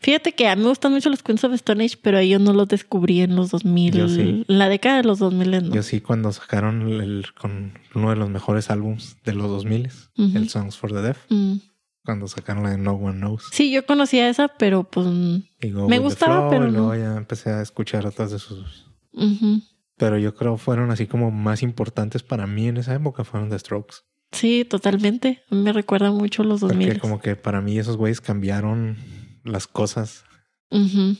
S2: Fíjate que a mí me gustan mucho los Queens of Stone Age, pero ellos no los descubrí en los 2000.
S1: Yo sí.
S2: En la década de los 2000 no.
S1: Yo sí, cuando sacaron el, el- con uno de los mejores álbums de los 2000,
S2: Ujú.
S1: el Songs for the Deaf,
S2: Mm.
S1: cuando sacaron la de No One Knows.
S2: Sí, yo conocía esa, pero pues... mm,
S1: Y Go With
S2: Me
S1: the
S2: gustaba, pero
S1: y luego
S2: no.
S1: ya empecé a escuchar otras de sus.
S2: ujú.
S1: Pero yo creo fueron así como más importantes para mí en esa época, fueron The Strokes.
S2: Sí, totalmente. A mí Me recuerda mucho los
S1: Porque
S2: 2000.
S1: como que para mí esos güeyes cambiaron las cosas.
S2: Ujú.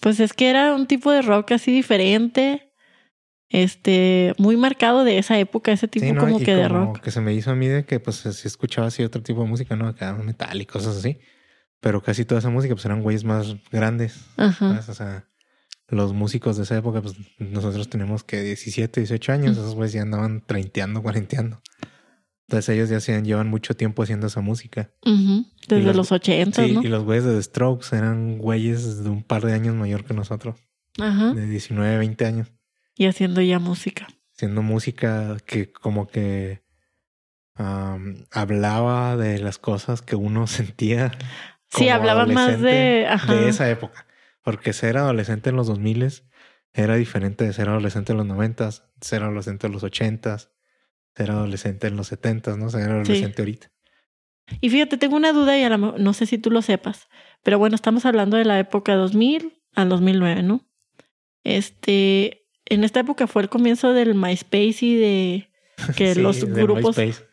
S2: Pues es que era un tipo de rock así diferente. Este, muy marcado de esa época, ese tipo
S1: Sí, ¿no?
S2: como
S1: Y
S2: que de
S1: como
S2: rock.
S1: que se me hizo a mí de que pues si escuchaba así otro tipo de música, ¿no? Acá metal y cosas así. Pero casi toda esa música pues eran güeyes más grandes.
S2: Ajá.
S1: ¿sabes? O sea, los músicos de esa época pues nosotros tenemos que 17, 18 años.
S2: Ujú.
S1: Esos güeyes ya andaban treinteando, cuarenteando. Entonces ellos ya hacían, llevan mucho tiempo haciendo esa música.
S2: Ujú. Desde
S1: Y las-
S2: los 80,
S1: Sí,
S2: ¿no?
S1: y los güeyes de The Strokes eran güeyes de un par de años mayor que nosotros.
S2: Ajá.
S1: De 19, 20 años.
S2: Y haciendo ya música.
S1: haciendo música que como que am, hablaba de las cosas que uno [LAUGHS] sentía
S2: Sí,
S1: como
S2: hablaba más de...
S1: adolescente
S2: Ajá.
S1: de esa época. Porque ser adolescente en los 2000 era diferente de ser adolescente en los 90, ser adolescente en los 80, ser adolescente en los 70, ¿no? Ser adolescente ahorita.
S2: Y fíjate, tengo una duda y a lo mejor- no sé si tú lo sepas, pero bueno, estamos hablando de la época 2000 al 2009, ¿no? Este, en esta época fue el comienzo del MySpace
S1: [LAUGHS]
S2: y de que
S1: Sí,
S2: los
S1: del
S2: grupos
S1: MySpace,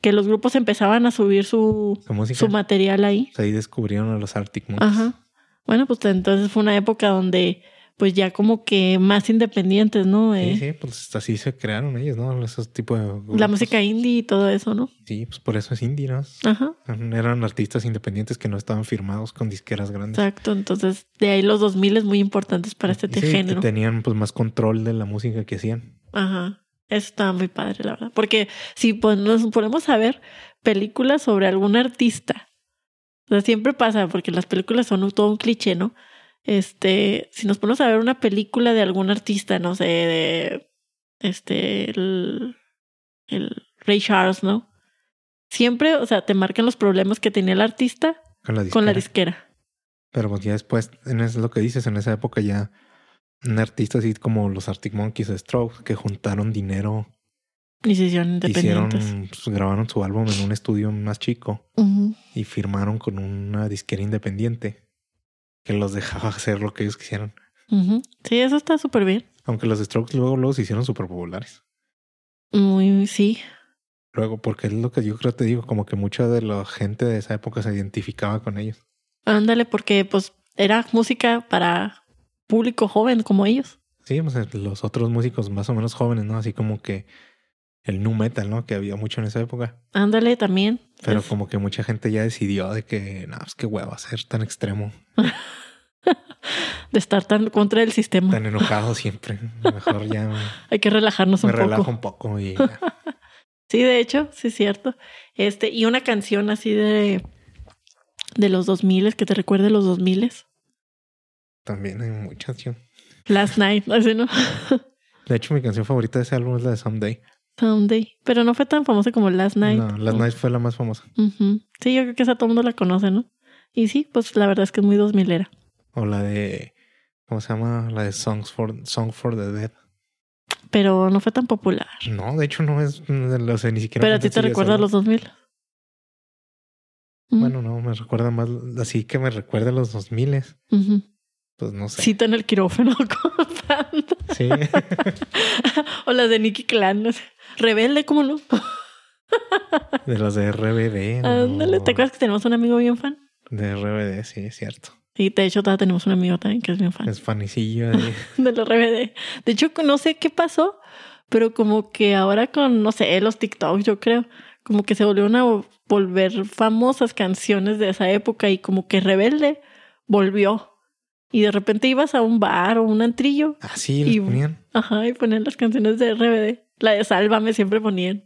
S2: que los grupos empezaban a subir su
S1: su música.
S2: su material ahí.
S1: Pues ahí descubrieron a los Arctic Monkeys.
S2: Ajá. Bueno, pues entonces fue una época donde pues ya como que más independientes, ¿no?
S1: Sí,
S2: Eh,
S1: sí, pues así se crearon ellos, ¿no? Esos tipos de
S2: La
S1: grupos.
S2: música indie y todo eso, ¿no?
S1: Sí, pues por eso es indie, ¿no?
S2: Ajá.
S1: Eran artistas independientes que no estaban firmados con disqueras grandes.
S2: Exacto, entonces de ahí los 2000 es muy importantes para este
S1: Sí,
S2: género.
S1: que tenían pues más control de la música que hacían.
S2: Ajá. Eso estaba muy padre, la verdad. Porque si pon- nos ponemos a ver películas sobre algún artista, o sea, siempre pasa, porque las películas son un- todo un cliché, ¿no? Este, si nos ponemos a ver una película de algún artista, no sé, de este, el, el Ray Charles, ¿no? Siempre, o sea, te marcan los problemas que tenía el artista
S1: Con la disquera.
S2: con la disquera.
S1: Pero pues ya después, en es lo que dices, en esa época ya un artista así como los Arctic Monkeys o Strokes que juntaron dinero,
S2: Y se hicieron
S1: hicieron,
S2: independientes.
S1: pues, grabaron su álbum en un estudio más chico
S2: Ujú.
S1: y firmaron con una disquera independiente que los dejaba [LAUGHS] hacer lo que ellos quisieran.
S2: Ujú. Sí, eso está súper bien.
S1: Aunque los Strokes luego, luego se hicieron súper populares.
S2: Muy, sí.
S1: Luego, porque es lo que yo creo te digo, como que mucha de la gente de esa época se identificaba con ellos.
S2: Ándale, porque pues era música para público joven como ellos.
S1: Sí, pues los otros músicos más o menos jóvenes, ¿no? Así como que el nu metal, ¿no? Que había mucho en esa época.
S2: Ándale también.
S1: Pero
S2: Es-
S1: como que mucha gente ya decidió de que, no, pues qué hueva ser tan extremo,
S2: de estar tan contra el sistema.
S1: tan enojado siempre. Mejor ya me,
S2: [LAUGHS] Hay que relajarnos
S1: me
S2: un
S1: relajo
S2: poco.
S1: un poco y ya.
S2: Sí, de hecho, sí es cierto. Este, y una canción así de de los 2000 que te recuerde los 2000
S1: también hay muchas. yo-
S2: Last Night, [LAUGHS] así no.
S1: De hecho, mi canción favorita de ese álbum es la de Someday.
S2: Someday, pero no fue tan famosa como Last Night.
S1: No, Last Night fue la más famosa.
S2: Ujú. Sí, yo creo que esa todo el mundo la conoce, ¿no? Y sí, pues la verdad es que es muy 2000 era.
S1: O la de, ¿cómo se llama? La de Songs for, Song for the Dead.
S2: pero no fue tan popular.
S1: No, de hecho no es, no sé, ni siquiera.
S2: Pero
S1: fue
S2: a ti
S1: un
S2: te
S1: sencillo ese
S2: recuerda a
S1: álbum.
S2: los 2000. Mm,
S1: Bueno, no, me recuerda más, así que me recuerda a los 2000.
S2: ujú.
S1: Pues no sé.
S2: Cita en el quirófano [LAUGHS] con banda.
S1: Sí. [LAUGHS]
S2: O las de Nicky Clan. no sé. Rebelde, ¿cómo no?
S1: de las de RBD. [LAUGHS] no.
S2: Ándale, ¿te acuerdas que tenemos un amigo bien fan?
S1: De RBD, sí, es cierto.
S2: Y de hecho, todavía tenemos un amigo también que es bien fan
S1: Es fanicillo. de-
S2: [LAUGHS] de los RBD. De hecho, no sé qué pasó, pero como que ahora con, no sé, los TikToks, yo creo, como que se volvieron a volver famosas canciones de esa época y como que Rebelde volvió. Y de repente ibas a un bar o un antrillo,
S1: Así
S2: Y-
S1: les Ah, ponían.
S2: ajá, y ponían las canciones de RBD. La de Sálvame siempre ponían.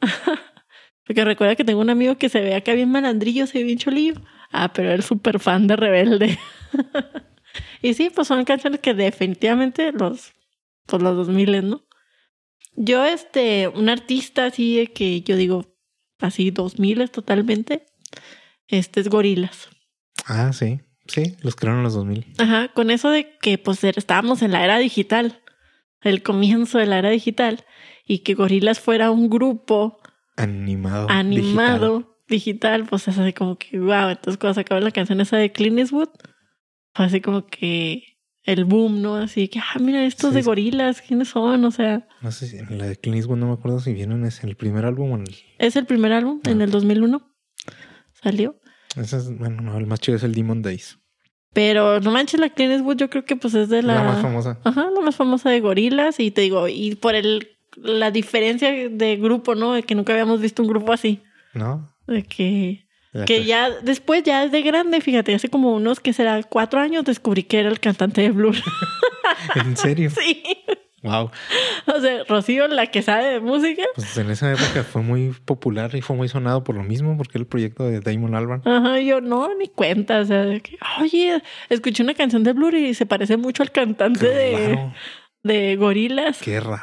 S2: [LAUGHS] Porque recuerda que tengo un amigo que se ve acá bien malandrillo, se ve bien cholillo. Ah, pero él es súper fan de Rebelde. [LAUGHS] y sí, pues son canciones que definitivamente los, pues los 2000, ¿no? Yo, este, un artista así de que yo digo, así 2000 totalmente, este es Gorilas.
S1: Ah, sí. Sí, los crearon en los 2000.
S2: Ajá, con eso de que pues er- estábamos en la era digital, el comienzo de la era digital, y que Gorilas fuera un grupo
S1: Animado. Oh, digital.
S2: animado digital, pues es así como que, wow, entonces cuando sacaban la canción esa de Clint Eastwood, fue así como que el boom, ¿no? Así que, ah, mira, estos
S1: Sí,
S2: de
S1: sí.
S2: Gorilas, ¿quiénes son? O sea,
S1: No sé si en la de Clint Eastwood, no me acuerdo si vieron es el primer álbum o en el.
S2: es el primer álbum, en
S1: Ah.
S2: el 2001 salió.
S1: ese es- bueno, no, el más chido es el Demon Days.
S2: Pero no manches, la Clint Eastwood yo creo que pues es de
S1: La,
S2: la...
S1: más famosa.
S2: Ajá, la más famosa de gorilas y te digo, y por el la diferencia de grupo, ¿no? De que nunca habíamos visto un grupo así.
S1: ¿No?
S2: De que,
S1: La
S2: que ya después, ya de grande, fíjate, hace como unos que será cuatro años descubrí que era el cantante de Blur.
S1: [LAUGHS] ¿En serio?
S2: [LAUGHS] sí.
S1: Wow.
S2: O sea, Rocío, la que sabe de música.
S1: Pues en esa época fue muy popular y fue muy sonado por lo mismo, porque era el proyecto de Damon Albarn.
S2: Ajá, yo no, ni cuenta. O sea, de que, oye, escuché una canción de Blur y se parece mucho al cantante de,
S1: Claro,
S2: de gorilas.
S1: qué raro.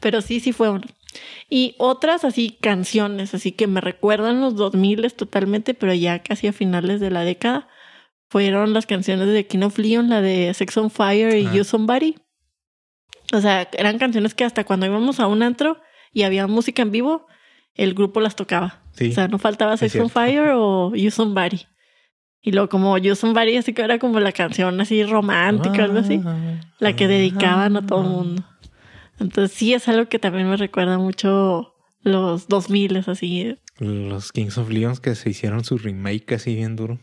S2: Pero sí, sí fue uno. Y otras así canciones, así que me recuerdan los 2000 totalmente, pero ya casi a finales de la década, fueron las canciones de King of Leon, la de Sex on Fire y
S1: Ah.
S2: You Somebody. O sea, eran canciones que hasta cuando íbamos a un antro y había música en vivo, el grupo las tocaba.
S1: Sí.
S2: O sea, no faltaba Sex
S1: cierto.
S2: on Fire o You Somebody. Y luego como You Somebody, así que era como la canción así romántica o algo así
S1: Ah,
S2: la que dedicaban a todo el mundo. Entonces sí es algo que también me recuerda mucho los 2000, así. eh,
S1: Los Kings of Leons que se hicieron su remake así bien duro.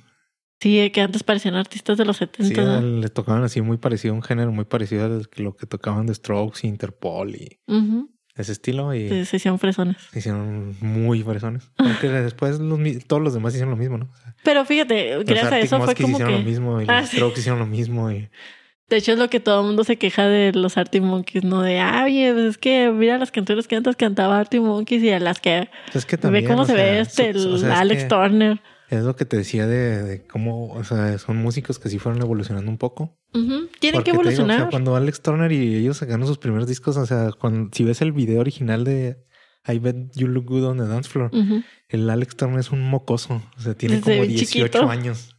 S2: Sí, de que antes parecían artistas de los 70.
S1: Sí,
S2: ¿no?
S1: le tocaban así muy parecido, un género muy parecido a lo que tocaban de Strokes, Interpol y
S2: Ujú,
S1: ese estilo. Y
S2: sí, se hicieron fresones.
S1: se hicieron muy fresones. Aunque
S2: [LAUGHS]
S1: después los mi- todos los demás hicieron lo mismo, ¿no? O sea,
S2: Pero fíjate,
S1: los
S2: gracias a
S1: Arctic
S2: eso fue
S1: Monkeys
S2: como
S1: hicieron
S2: que...
S1: lo mismo y los
S2: Ah, sí.
S1: Strokes hicieron lo mismo. Y...
S2: De hecho es lo que todo el mundo se queja de los Artie Monkeys, ¿no? De, ah, oye, pues es que mira las canciones que antes cantaba Artie Monkeys y a las que...
S1: Pues Es que también,
S2: ve cómo
S1: o
S2: se ve
S1: sea,
S2: este,
S1: su- su- o sea,
S2: el
S1: es
S2: Alex
S1: que-
S2: Turner.
S1: Es lo que te decía de, de cómo, o sea, son músicos que sí fueron evolucionando un poco.
S2: Ujú, Tienen
S1: Porque te
S2: que
S1: digo, o sea,
S2: evolucionar.
S1: cuando Alex Turner y ellos sacaron sus primeros discos, o sea, cuando, si ves el video original de I Bet You Look Good on the Dance Floor,
S2: Ujú.
S1: el Alex Turner es un mocoso, o sea, tiene
S2: Desde
S1: como
S2: bien
S1: 18
S2: chiquito.
S1: años.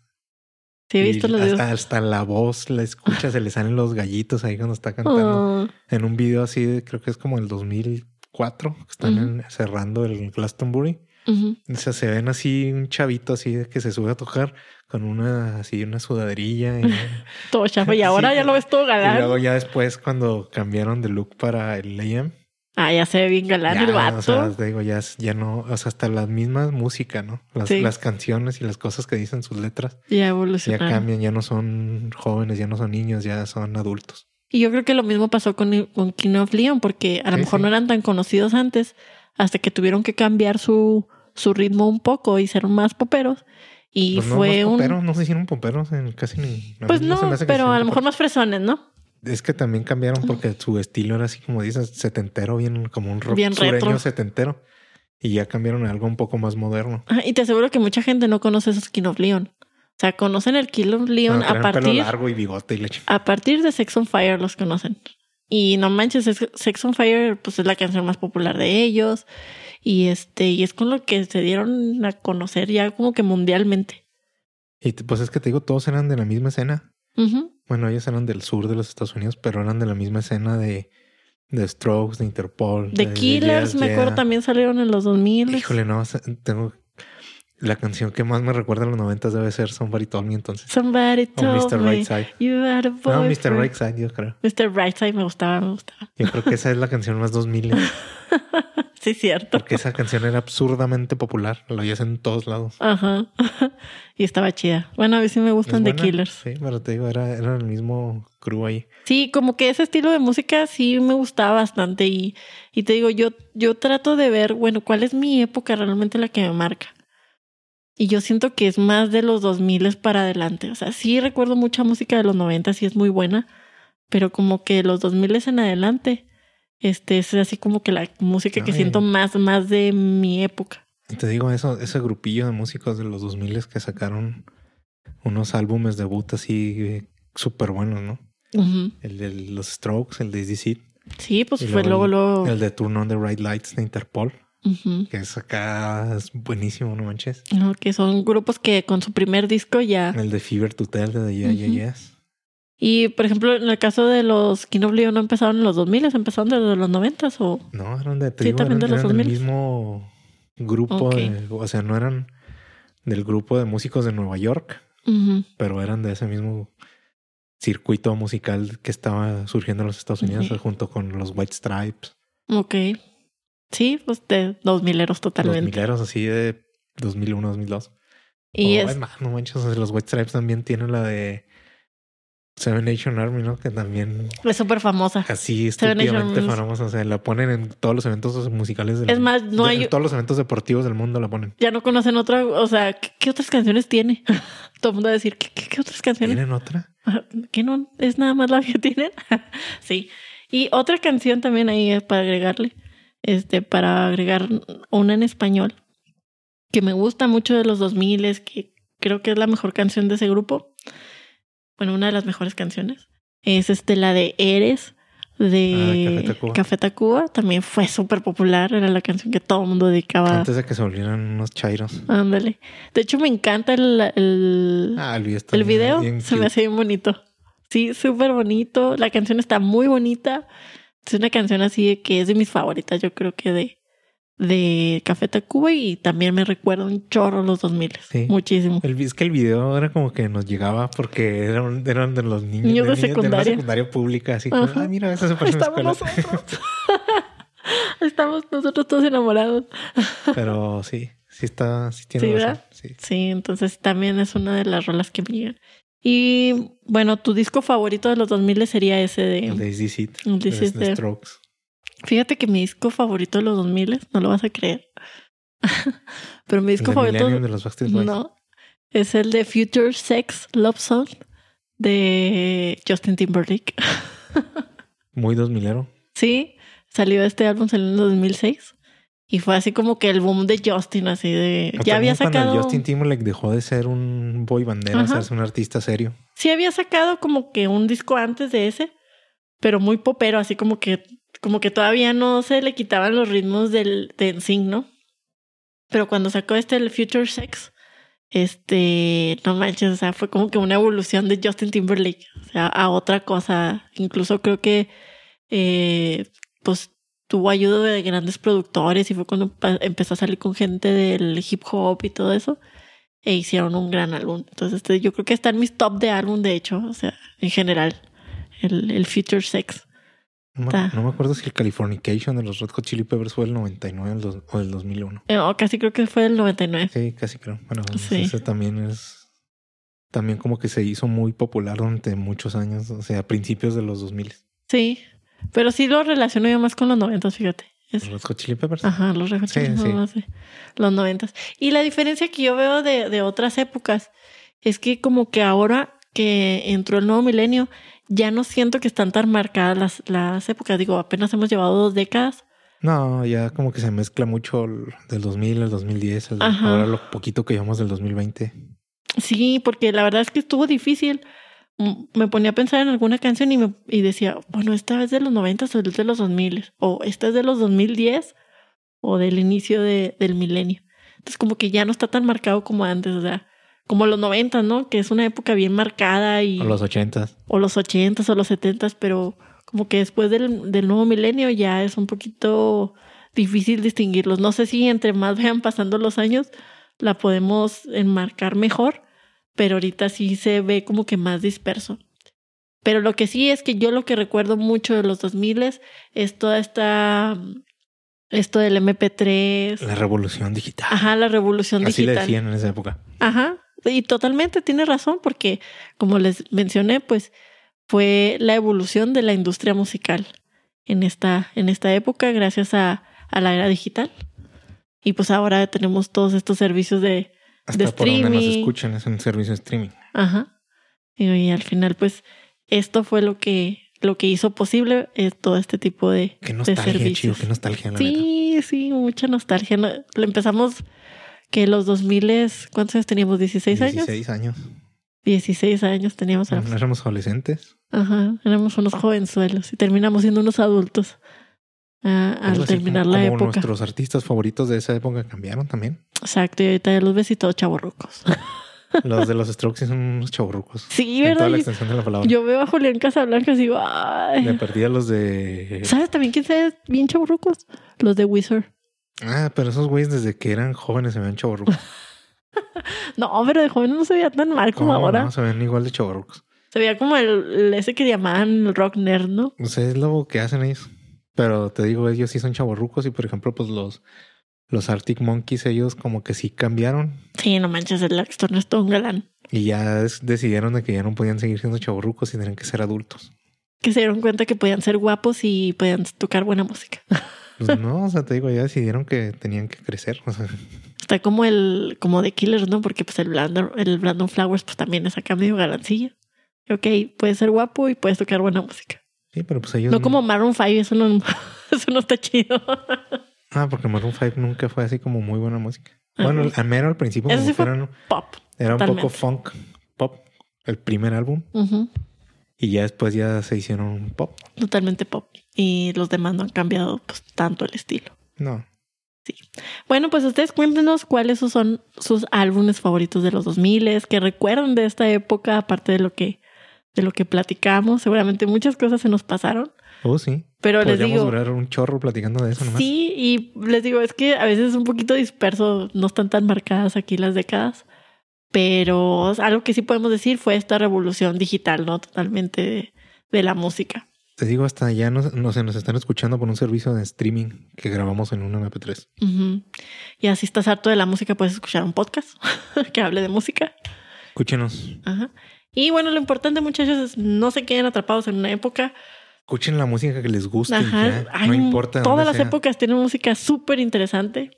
S2: Sí, he
S1: Y
S2: visto los videos.
S1: hasta, hasta la voz, la escucha, se le salen los gallitos ahí cuando está cantando.
S2: Oh.
S1: En un video así, de- creo que es como el 2004, que están en- cerrando el Glastonbury.
S2: Ujú.
S1: O sea, se ven así un chavito así de que se sube a tocar con una así una sudaderilla.
S2: [LAUGHS]
S1: Y,
S2: Todo chafa. pues, Y
S1: [LAUGHS]
S2: ahora
S1: Sí.
S2: ya lo ves todo
S1: y
S2: galán.
S1: luego ya después cuando cambiaron de look para el AM,
S2: Ah, ya se ve bien galán
S1: Ya,
S2: el vato.
S1: O sea, te digo, ya, es- ya no, o sea, hasta las mismas música, ¿no? Las,
S2: Sí.
S1: las canciones y las cosas que dicen sus letras
S2: ya
S1: ya
S2: evolucionaron.
S1: cambian, ya no son jóvenes, ya no son niños, ya son adultos.
S2: Y yo creo que lo mismo pasó con, con King of Leon, porque a lo
S1: Sí,
S2: mejor
S1: sí.
S2: no eran tan conocidos antes, hasta que tuvieron que cambiar su, su ritmo un poco y ser más poperos. Y
S1: Pues no,
S2: fue
S1: no es
S2: un.
S1: popero, no se hicieron pomperos en casi ni. a
S2: Pues
S1: mí
S2: no,
S1: se me hace que
S2: pero
S1: hicieron
S2: a lo
S1: poperos.
S2: mejor más fresones, ¿no?
S1: Es que también cambiaron porque su estilo era así como dices, setentero, bien como un rock
S2: Bien
S1: sureño
S2: retro.
S1: setentero. Y ya cambiaron a algo un poco más moderno.
S2: Ah, Y te aseguro que mucha gente no conoce esos King of Leon. O sea, conocen el King of Leon
S1: Bueno,
S2: a
S1: traían pelo
S2: partir.
S1: largo y bigote y la chingada.
S2: A partir de Sex on Fire los conocen. Y no manches, es- Sex on Fire pues es la canción más popular de ellos y este y es con lo que se dieron a conocer ya como que mundialmente.
S1: Y te- pues es que te digo, todos eran de la misma escena.
S2: Ujú.
S1: Bueno, ellos eran del sur de los Estados Unidos, pero eran de la misma escena de, de Strokes, de Interpol.
S2: The Killers,
S1: Yes,
S2: me
S1: Yeah.
S2: acuerdo, también salieron en los 2000.
S1: Híjole, no, se- tengo... La canción que más me recuerda a los noventas debe ser Somebody Told Me entonces.
S2: Somebody
S1: O
S2: told
S1: Mr.
S2: me
S1: Rightside.
S2: you are a
S1: Oh, No,
S2: boyfriend.
S1: Mr. Rightside, yo creo.
S2: Mr. Brightside me gustaba, me gustaba.
S1: Yo creo que esa es la canción más
S2: [LAUGHS]
S1: 2000,
S2: Sí, cierto.
S1: porque esa canción era absurdamente popular. La oías en todos lados.
S2: Ajá. [LAUGHS] y estaba chida. Bueno, a mí sí me
S1: Es
S2: gustan The
S1: buena,
S2: Killers.
S1: Sí, pero te digo, era, era el mismo crew ahí.
S2: Sí, como que ese estilo de música sí me gustaba bastante y, y te digo, yo, yo trato de ver, bueno, cuál es mi época realmente la que me marca. Y yo siento que es más de los 2000 para adelante. O sea, sí recuerdo mucha música de los 90, sí es muy buena, pero como que los 2000 en adelante, este es así como que la música que
S1: Ay.
S2: siento más, más de mi época.
S1: Y Te digo, eso, ese grupillo de músicos de los 2000 que sacaron unos álbumes debut así eh, súper buenos, ¿no?
S2: Ujú.
S1: El de los Strokes, el de DC,
S2: Sí, pues
S1: Y
S2: fue
S1: luego
S2: luego, luego.
S1: el de Turn on the Right Lights de Interpol,
S2: Ujú.
S1: que es acá es buenísimo, no manches.
S2: No, que son grupos que con su primer disco ya...
S1: El de Fever to Tell de Yeah Yeah
S2: Ujú.
S1: Yes.
S2: Y por ejemplo, en el caso de los King of Leon no empezaron en los 2000, empezaron desde los 90 o
S1: No, eran de te
S2: Sí,
S1: digo,
S2: también
S1: eran,
S2: de los
S1: eran del
S2: 2000.
S1: mismo grupo,
S2: Ok.
S1: de- o sea, no eran del grupo de músicos de Nueva York,
S2: Ujú.
S1: pero eran de ese mismo circuito musical que estaba surgiendo en los Estados Unidos
S2: Ujú.
S1: junto con los White Stripes,
S2: Ok. Sí, pues de 2000 eros
S1: los
S2: totalmente.
S1: mileros así de 2001, 2002.
S2: Y
S1: Oh,
S2: es,
S1: más, no manches, o sea, los White Stripes también tienen la de Seven Nation Army, ¿no? Que también
S2: es súper famosa.
S1: así
S2: Seven Nation
S1: estúpidamente
S2: Army.
S1: famosa, o sea, la ponen en todos los eventos musicales del
S2: Es más, no
S1: de-
S2: hay-
S1: en todos los eventos deportivos del mundo la ponen.
S2: Ya no conocen otra, o sea, ¿qué, qué otras canciones tiene? [LAUGHS] Todo el mundo va a decir, ¿qué, qué- qué otras canciones?
S1: ¿Tienen otra?
S2: ¿Qué no? ¿Es nada más la que [LAUGHS] tienen? sí. Y otra canción también ahí es para agregarle, este, para agregar una en español, que me gusta mucho de los 2000, que creo que es la mejor canción de ese grupo. Bueno, una de las mejores canciones. Es este, la de Eres, de
S1: Ah, Café Tacuba.
S2: Café Tacuba. También fue súper popular, era la canción que todo el mundo dedicaba.
S1: Antes de que se volvieran unos chairos.
S2: Ándale. De hecho, me encanta el, el,
S1: Ah, el video está
S2: el
S1: bien-
S2: video
S1: bien
S2: se me
S1: cute.
S2: hace bien bonito. Sí, súper bonito. La canción está muy bonita. Es una canción así de que es de mis favoritas, yo creo que de, de Café Tacuba y también me recuerda un chorro los 2000.
S1: Sí.
S2: Muchísimo.
S1: El, vi- es que el video era como que nos llegaba porque eran, eran de los niños,
S2: Niños de
S1: una
S2: secundaria.
S1: secundaria pública. Así como,
S2: Ajá.
S1: ah, mira, eso se
S2: Ahí
S1: parece a
S2: estamos
S1: una escuela.
S2: nosotros. [LAUGHS] Estamos nosotros todos enamorados.
S1: [LAUGHS] Pero sí, sí está, sí tiene
S2: Sí,
S1: razón.
S2: ¿verdad?
S1: Sí.
S2: Sí, entonces también es una de las rolas que me llegan. Y bueno, tu disco favorito de los 2000 sería ese
S1: El de Easy Seat,
S2: El
S1: de,
S2: de Easy
S1: de
S2: Seat.
S1: Strokes.
S2: Fíjate que mi disco favorito de los 2000, no lo vas a creer. [LAUGHS] Pero mi
S1: El
S2: disco
S1: de Millennium
S2: favorito
S1: de los Backstreet Boys.
S2: no es el de Future Sex Love Song de Justin Timberlake. [LAUGHS]
S1: Muy dos milero.
S2: Sí, salió este álbum salió en el 2006 y fue así como que el boom de Justin así de ya había sacado
S1: Cuando Justin Timberlake dejó de ser un boy bandera, a
S2: Ajá.
S1: ser un artista serio.
S2: Sí había sacado como que un disco antes de ese, pero muy popero, así como que como que todavía no se le quitaban los ritmos del de NSYNC, ¿no? Pero cuando sacó este el Future Sex, este, no manches, o sea, fue como que una evolución de Justin Timberlake, o sea, a otra cosa. Incluso creo que eh, pues tuvo ayuda de grandes productores y fue cuando pa- empezó a salir con gente del hip hop y todo eso e hicieron un gran álbum. Entonces, este, yo creo que está en mis top de álbum, de hecho, o sea, en general, el, el Future Sex.
S1: No me, no me acuerdo si el Californication de los Red Hot Chili Peppers fue el 99 o el dos- o el 2001.
S2: Eh, o casi creo que fue el 99.
S1: Sí, casi creo. Bueno,
S2: Sí.
S1: eso también es. También como que se hizo muy popular durante muchos años, o sea, a principios de los 2000.
S2: Sí. Pero sí lo relaciono yo más con los 90, fíjate. Es-
S1: Los Red Hot Chili Peppers.
S2: Ajá, los Red Hot
S1: Sí,
S2: Chili
S1: sí.
S2: Peppers, sí. Los noventas. Y la diferencia que yo veo de, de otras épocas es que como que ahora que entró el nuevo milenio, ya no siento que están tan marcadas las, las épocas. Digo, apenas hemos llevado dos décadas.
S1: No, ya como que se mezcla mucho el- del 2000 al 2010. el-
S2: Ajá.
S1: ahora lo poquito que llevamos del 2020.
S2: Sí, porque la verdad es que estuvo difícil. Mm, Me ponía a pensar en alguna canción y, me, y decía, bueno, esta es de los noventas o es de los 2000 o esta es de los 2010 o del inicio de- del milenio. Entonces como que ya no está tan marcado como antes, o sea, como los noventas, ¿no? Que es una época bien marcada y
S1: O los 80s.
S2: o los ochentas o los setentas, pero como que después del, del nuevo milenio ya es un poquito difícil distinguirlos. No sé si entre más [LAUGHS] vayan pasando los años la podemos enmarcar mejor, pero ahorita sí se ve como que más disperso. Pero lo que sí es que yo lo que recuerdo mucho de los 2000 es toda esta... Esto del MP3.
S1: La revolución digital.
S2: Ajá, la revolución
S1: Ah. Así le
S2: Ah, digital.
S1: decían en esa época.
S2: Ajá, y totalmente tiene razón porque, como les mencioné, pues fue la evolución de la industria musical en esta, en esta época gracias a, a la era digital. Y pues ahora tenemos todos estos servicios de...
S1: Hasta
S2: De
S1: por donde nos
S2: streaming.
S1: escuchan es un servicio de streaming.
S2: Ajá. Y, y al final, pues esto fue lo que, lo que hizo posible eh, todo este tipo de,
S1: Qué
S2: de
S1: nostalgia, chido,
S2: servicios.
S1: qué nostalgia, la neta.
S2: sí, sí, mucha nostalgia. No, Lo empezamos que los 2000, ¿cuántos años teníamos? ¿16 años?
S1: 16 años.
S2: 16 años teníamos. a la
S1: No éramos adolescentes.
S2: Ajá, éramos unos jovenzuelos y terminamos siendo unos adultos ah,
S1: Algo
S2: al
S1: así
S2: terminar
S1: como-
S2: la
S1: como
S2: época.
S1: Nuestros artistas favoritos de esa época cambiaron también.
S2: Exacto, y ahorita ya los ves y todos chavorrucos. [LAUGHS]
S1: Los de los Strokes sí son unos chaburrucos.
S2: Sí,
S1: En toda
S2: ¿verdad?
S1: la
S2: Yo-
S1: extensión de la palabra.
S2: Yo veo a Julián Casablancas y digo, ay.
S1: Me perdí a los de.
S2: ¿Sabes también quién se ve bien chavorrucos? Los de Wizard.
S1: Ah, pero esos güeyes desde que eran jóvenes se veían chaburrucos.
S2: [LAUGHS] No, pero de joven no se veía tan mal como ahora.
S1: No, se ven igual de chaburrucos.
S2: Se veía como el, el ese que llamaban el rock nerd, ¿no?
S1: No sé, es lo que hacen ellos. Pero te digo, ellos sí son chaburrucos y por ejemplo, pues los, los Arctic Monkeys, ellos como que sí cambiaron
S2: Sí, no manches, el Axton es todo un galán.
S1: y ya es- decidieron de que ya no podían seguir siendo chaburrucos y tenían que ser adultos.
S2: Que se dieron cuenta que podían ser guapos y podían tocar buena música. [LAUGHS]
S1: Pues no, o sea, te digo, ya decidieron que tenían que crecer. O sea,
S2: Está como el, como de Killers, ¿no? Porque pues el Brandon, el Brandon Flowers pues también es acá medio galancilla. Ok, puede ser guapo y puedes tocar buena música.
S1: sí, pero pues ellos.
S2: No como Maroon 5, eso no, [LAUGHS] eso no está chido.
S1: Ah, porque Maroon 5 nunca fue así como muy buena música.
S2: Ajá.
S1: Bueno, al mero al principio
S2: Eso
S1: como
S2: sí fue-
S1: fueron-
S2: Pop.
S1: era un
S2: Totalmente.
S1: poco funk, pop, el primer álbum.
S2: Ujú,
S1: Y ya después ya se hicieron pop.
S2: Totalmente pop. Y los demás no han cambiado pues tanto el estilo.
S1: No.
S2: Bueno, pues ustedes cuéntenos cuáles sus- son sus álbumes favoritos de los 2000, que recuerdan de esta época, aparte de lo que de lo que platicamos. Seguramente muchas cosas se nos pasaron,
S1: Oh, sí.
S2: pero les
S1: Podríamos
S2: digo...
S1: durar un chorro platicando de eso nomás.
S2: Sí, y les digo, es que a veces es un poquito disperso, no están tan marcadas aquí las décadas, pero algo que sí podemos decir fue esta revolución digital, ¿no? Totalmente de, de la música.
S1: Te digo, hasta ya nos, no se nos están escuchando por un servicio de streaming que grabamos en un MP3.
S2: Ujú. Y así estás harto de la música, puedes escuchar un podcast [LAUGHS] que hable de música.
S1: Escúchenos.
S2: Ajá. Y bueno, lo importante, muchachos, es no se queden atrapados en una época.
S1: Escuchen la música Pues que les guste. y
S2: Ajá.
S1: ya.
S2: Hay
S1: no
S2: un-
S1: importa.
S2: Todas
S1: dónde
S2: las
S1: sea.
S2: épocas tienen música súper interesante.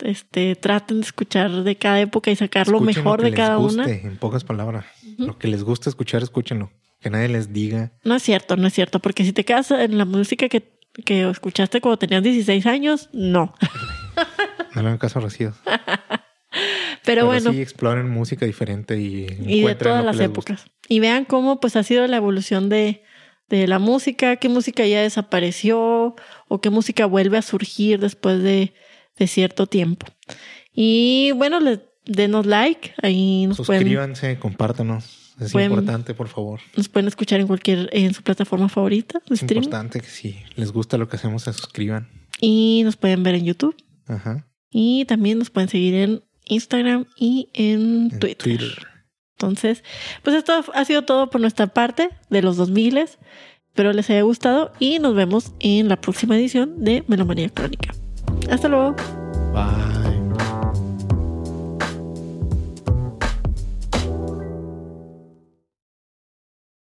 S2: Este, traten de escuchar de cada época y sacar lo
S1: Escuchen
S2: mejor
S1: que
S2: de
S1: les
S2: cada una.
S1: guste, En pocas palabras. Lo que les gusta escuchar, escúchenlo. Que nadie les diga.
S2: No es cierto, no es cierto, porque si te quedas en la música que, que escuchaste cuando tenías 16 años, no. [LAUGHS]
S1: No le hagan caso a Rocío.
S2: Pero,
S1: Pero
S2: bueno,
S1: sí exploren música diferente y
S2: y de
S1: encuentren lo
S2: todas
S1: que
S2: las
S1: les gusta.
S2: épocas. Y vean cómo pues ha sido la evolución de, de la música, qué música ya desapareció o qué música vuelve a surgir después de, de cierto tiempo. Y bueno, les, denos like, ahí nos pueden
S1: Suscríbanse, compártanos. Es
S2: pueden-
S1: importante, por favor.
S2: nos pueden escuchar en cualquier en su plataforma favorita, de
S1: Es
S2: streaming,
S1: importante que si les gusta lo que hacemos, se suscriban.
S2: y nos pueden ver en YouTube
S1: Ajá.
S2: y también nos pueden seguir en Instagram y en,
S1: En
S2: Twitter. Entonces, pues esto ha sido todo por nuestra parte de los 2000. Espero les haya gustado y nos vemos en la próxima edición de Melomanía Crónica. Hasta luego.
S1: Bye.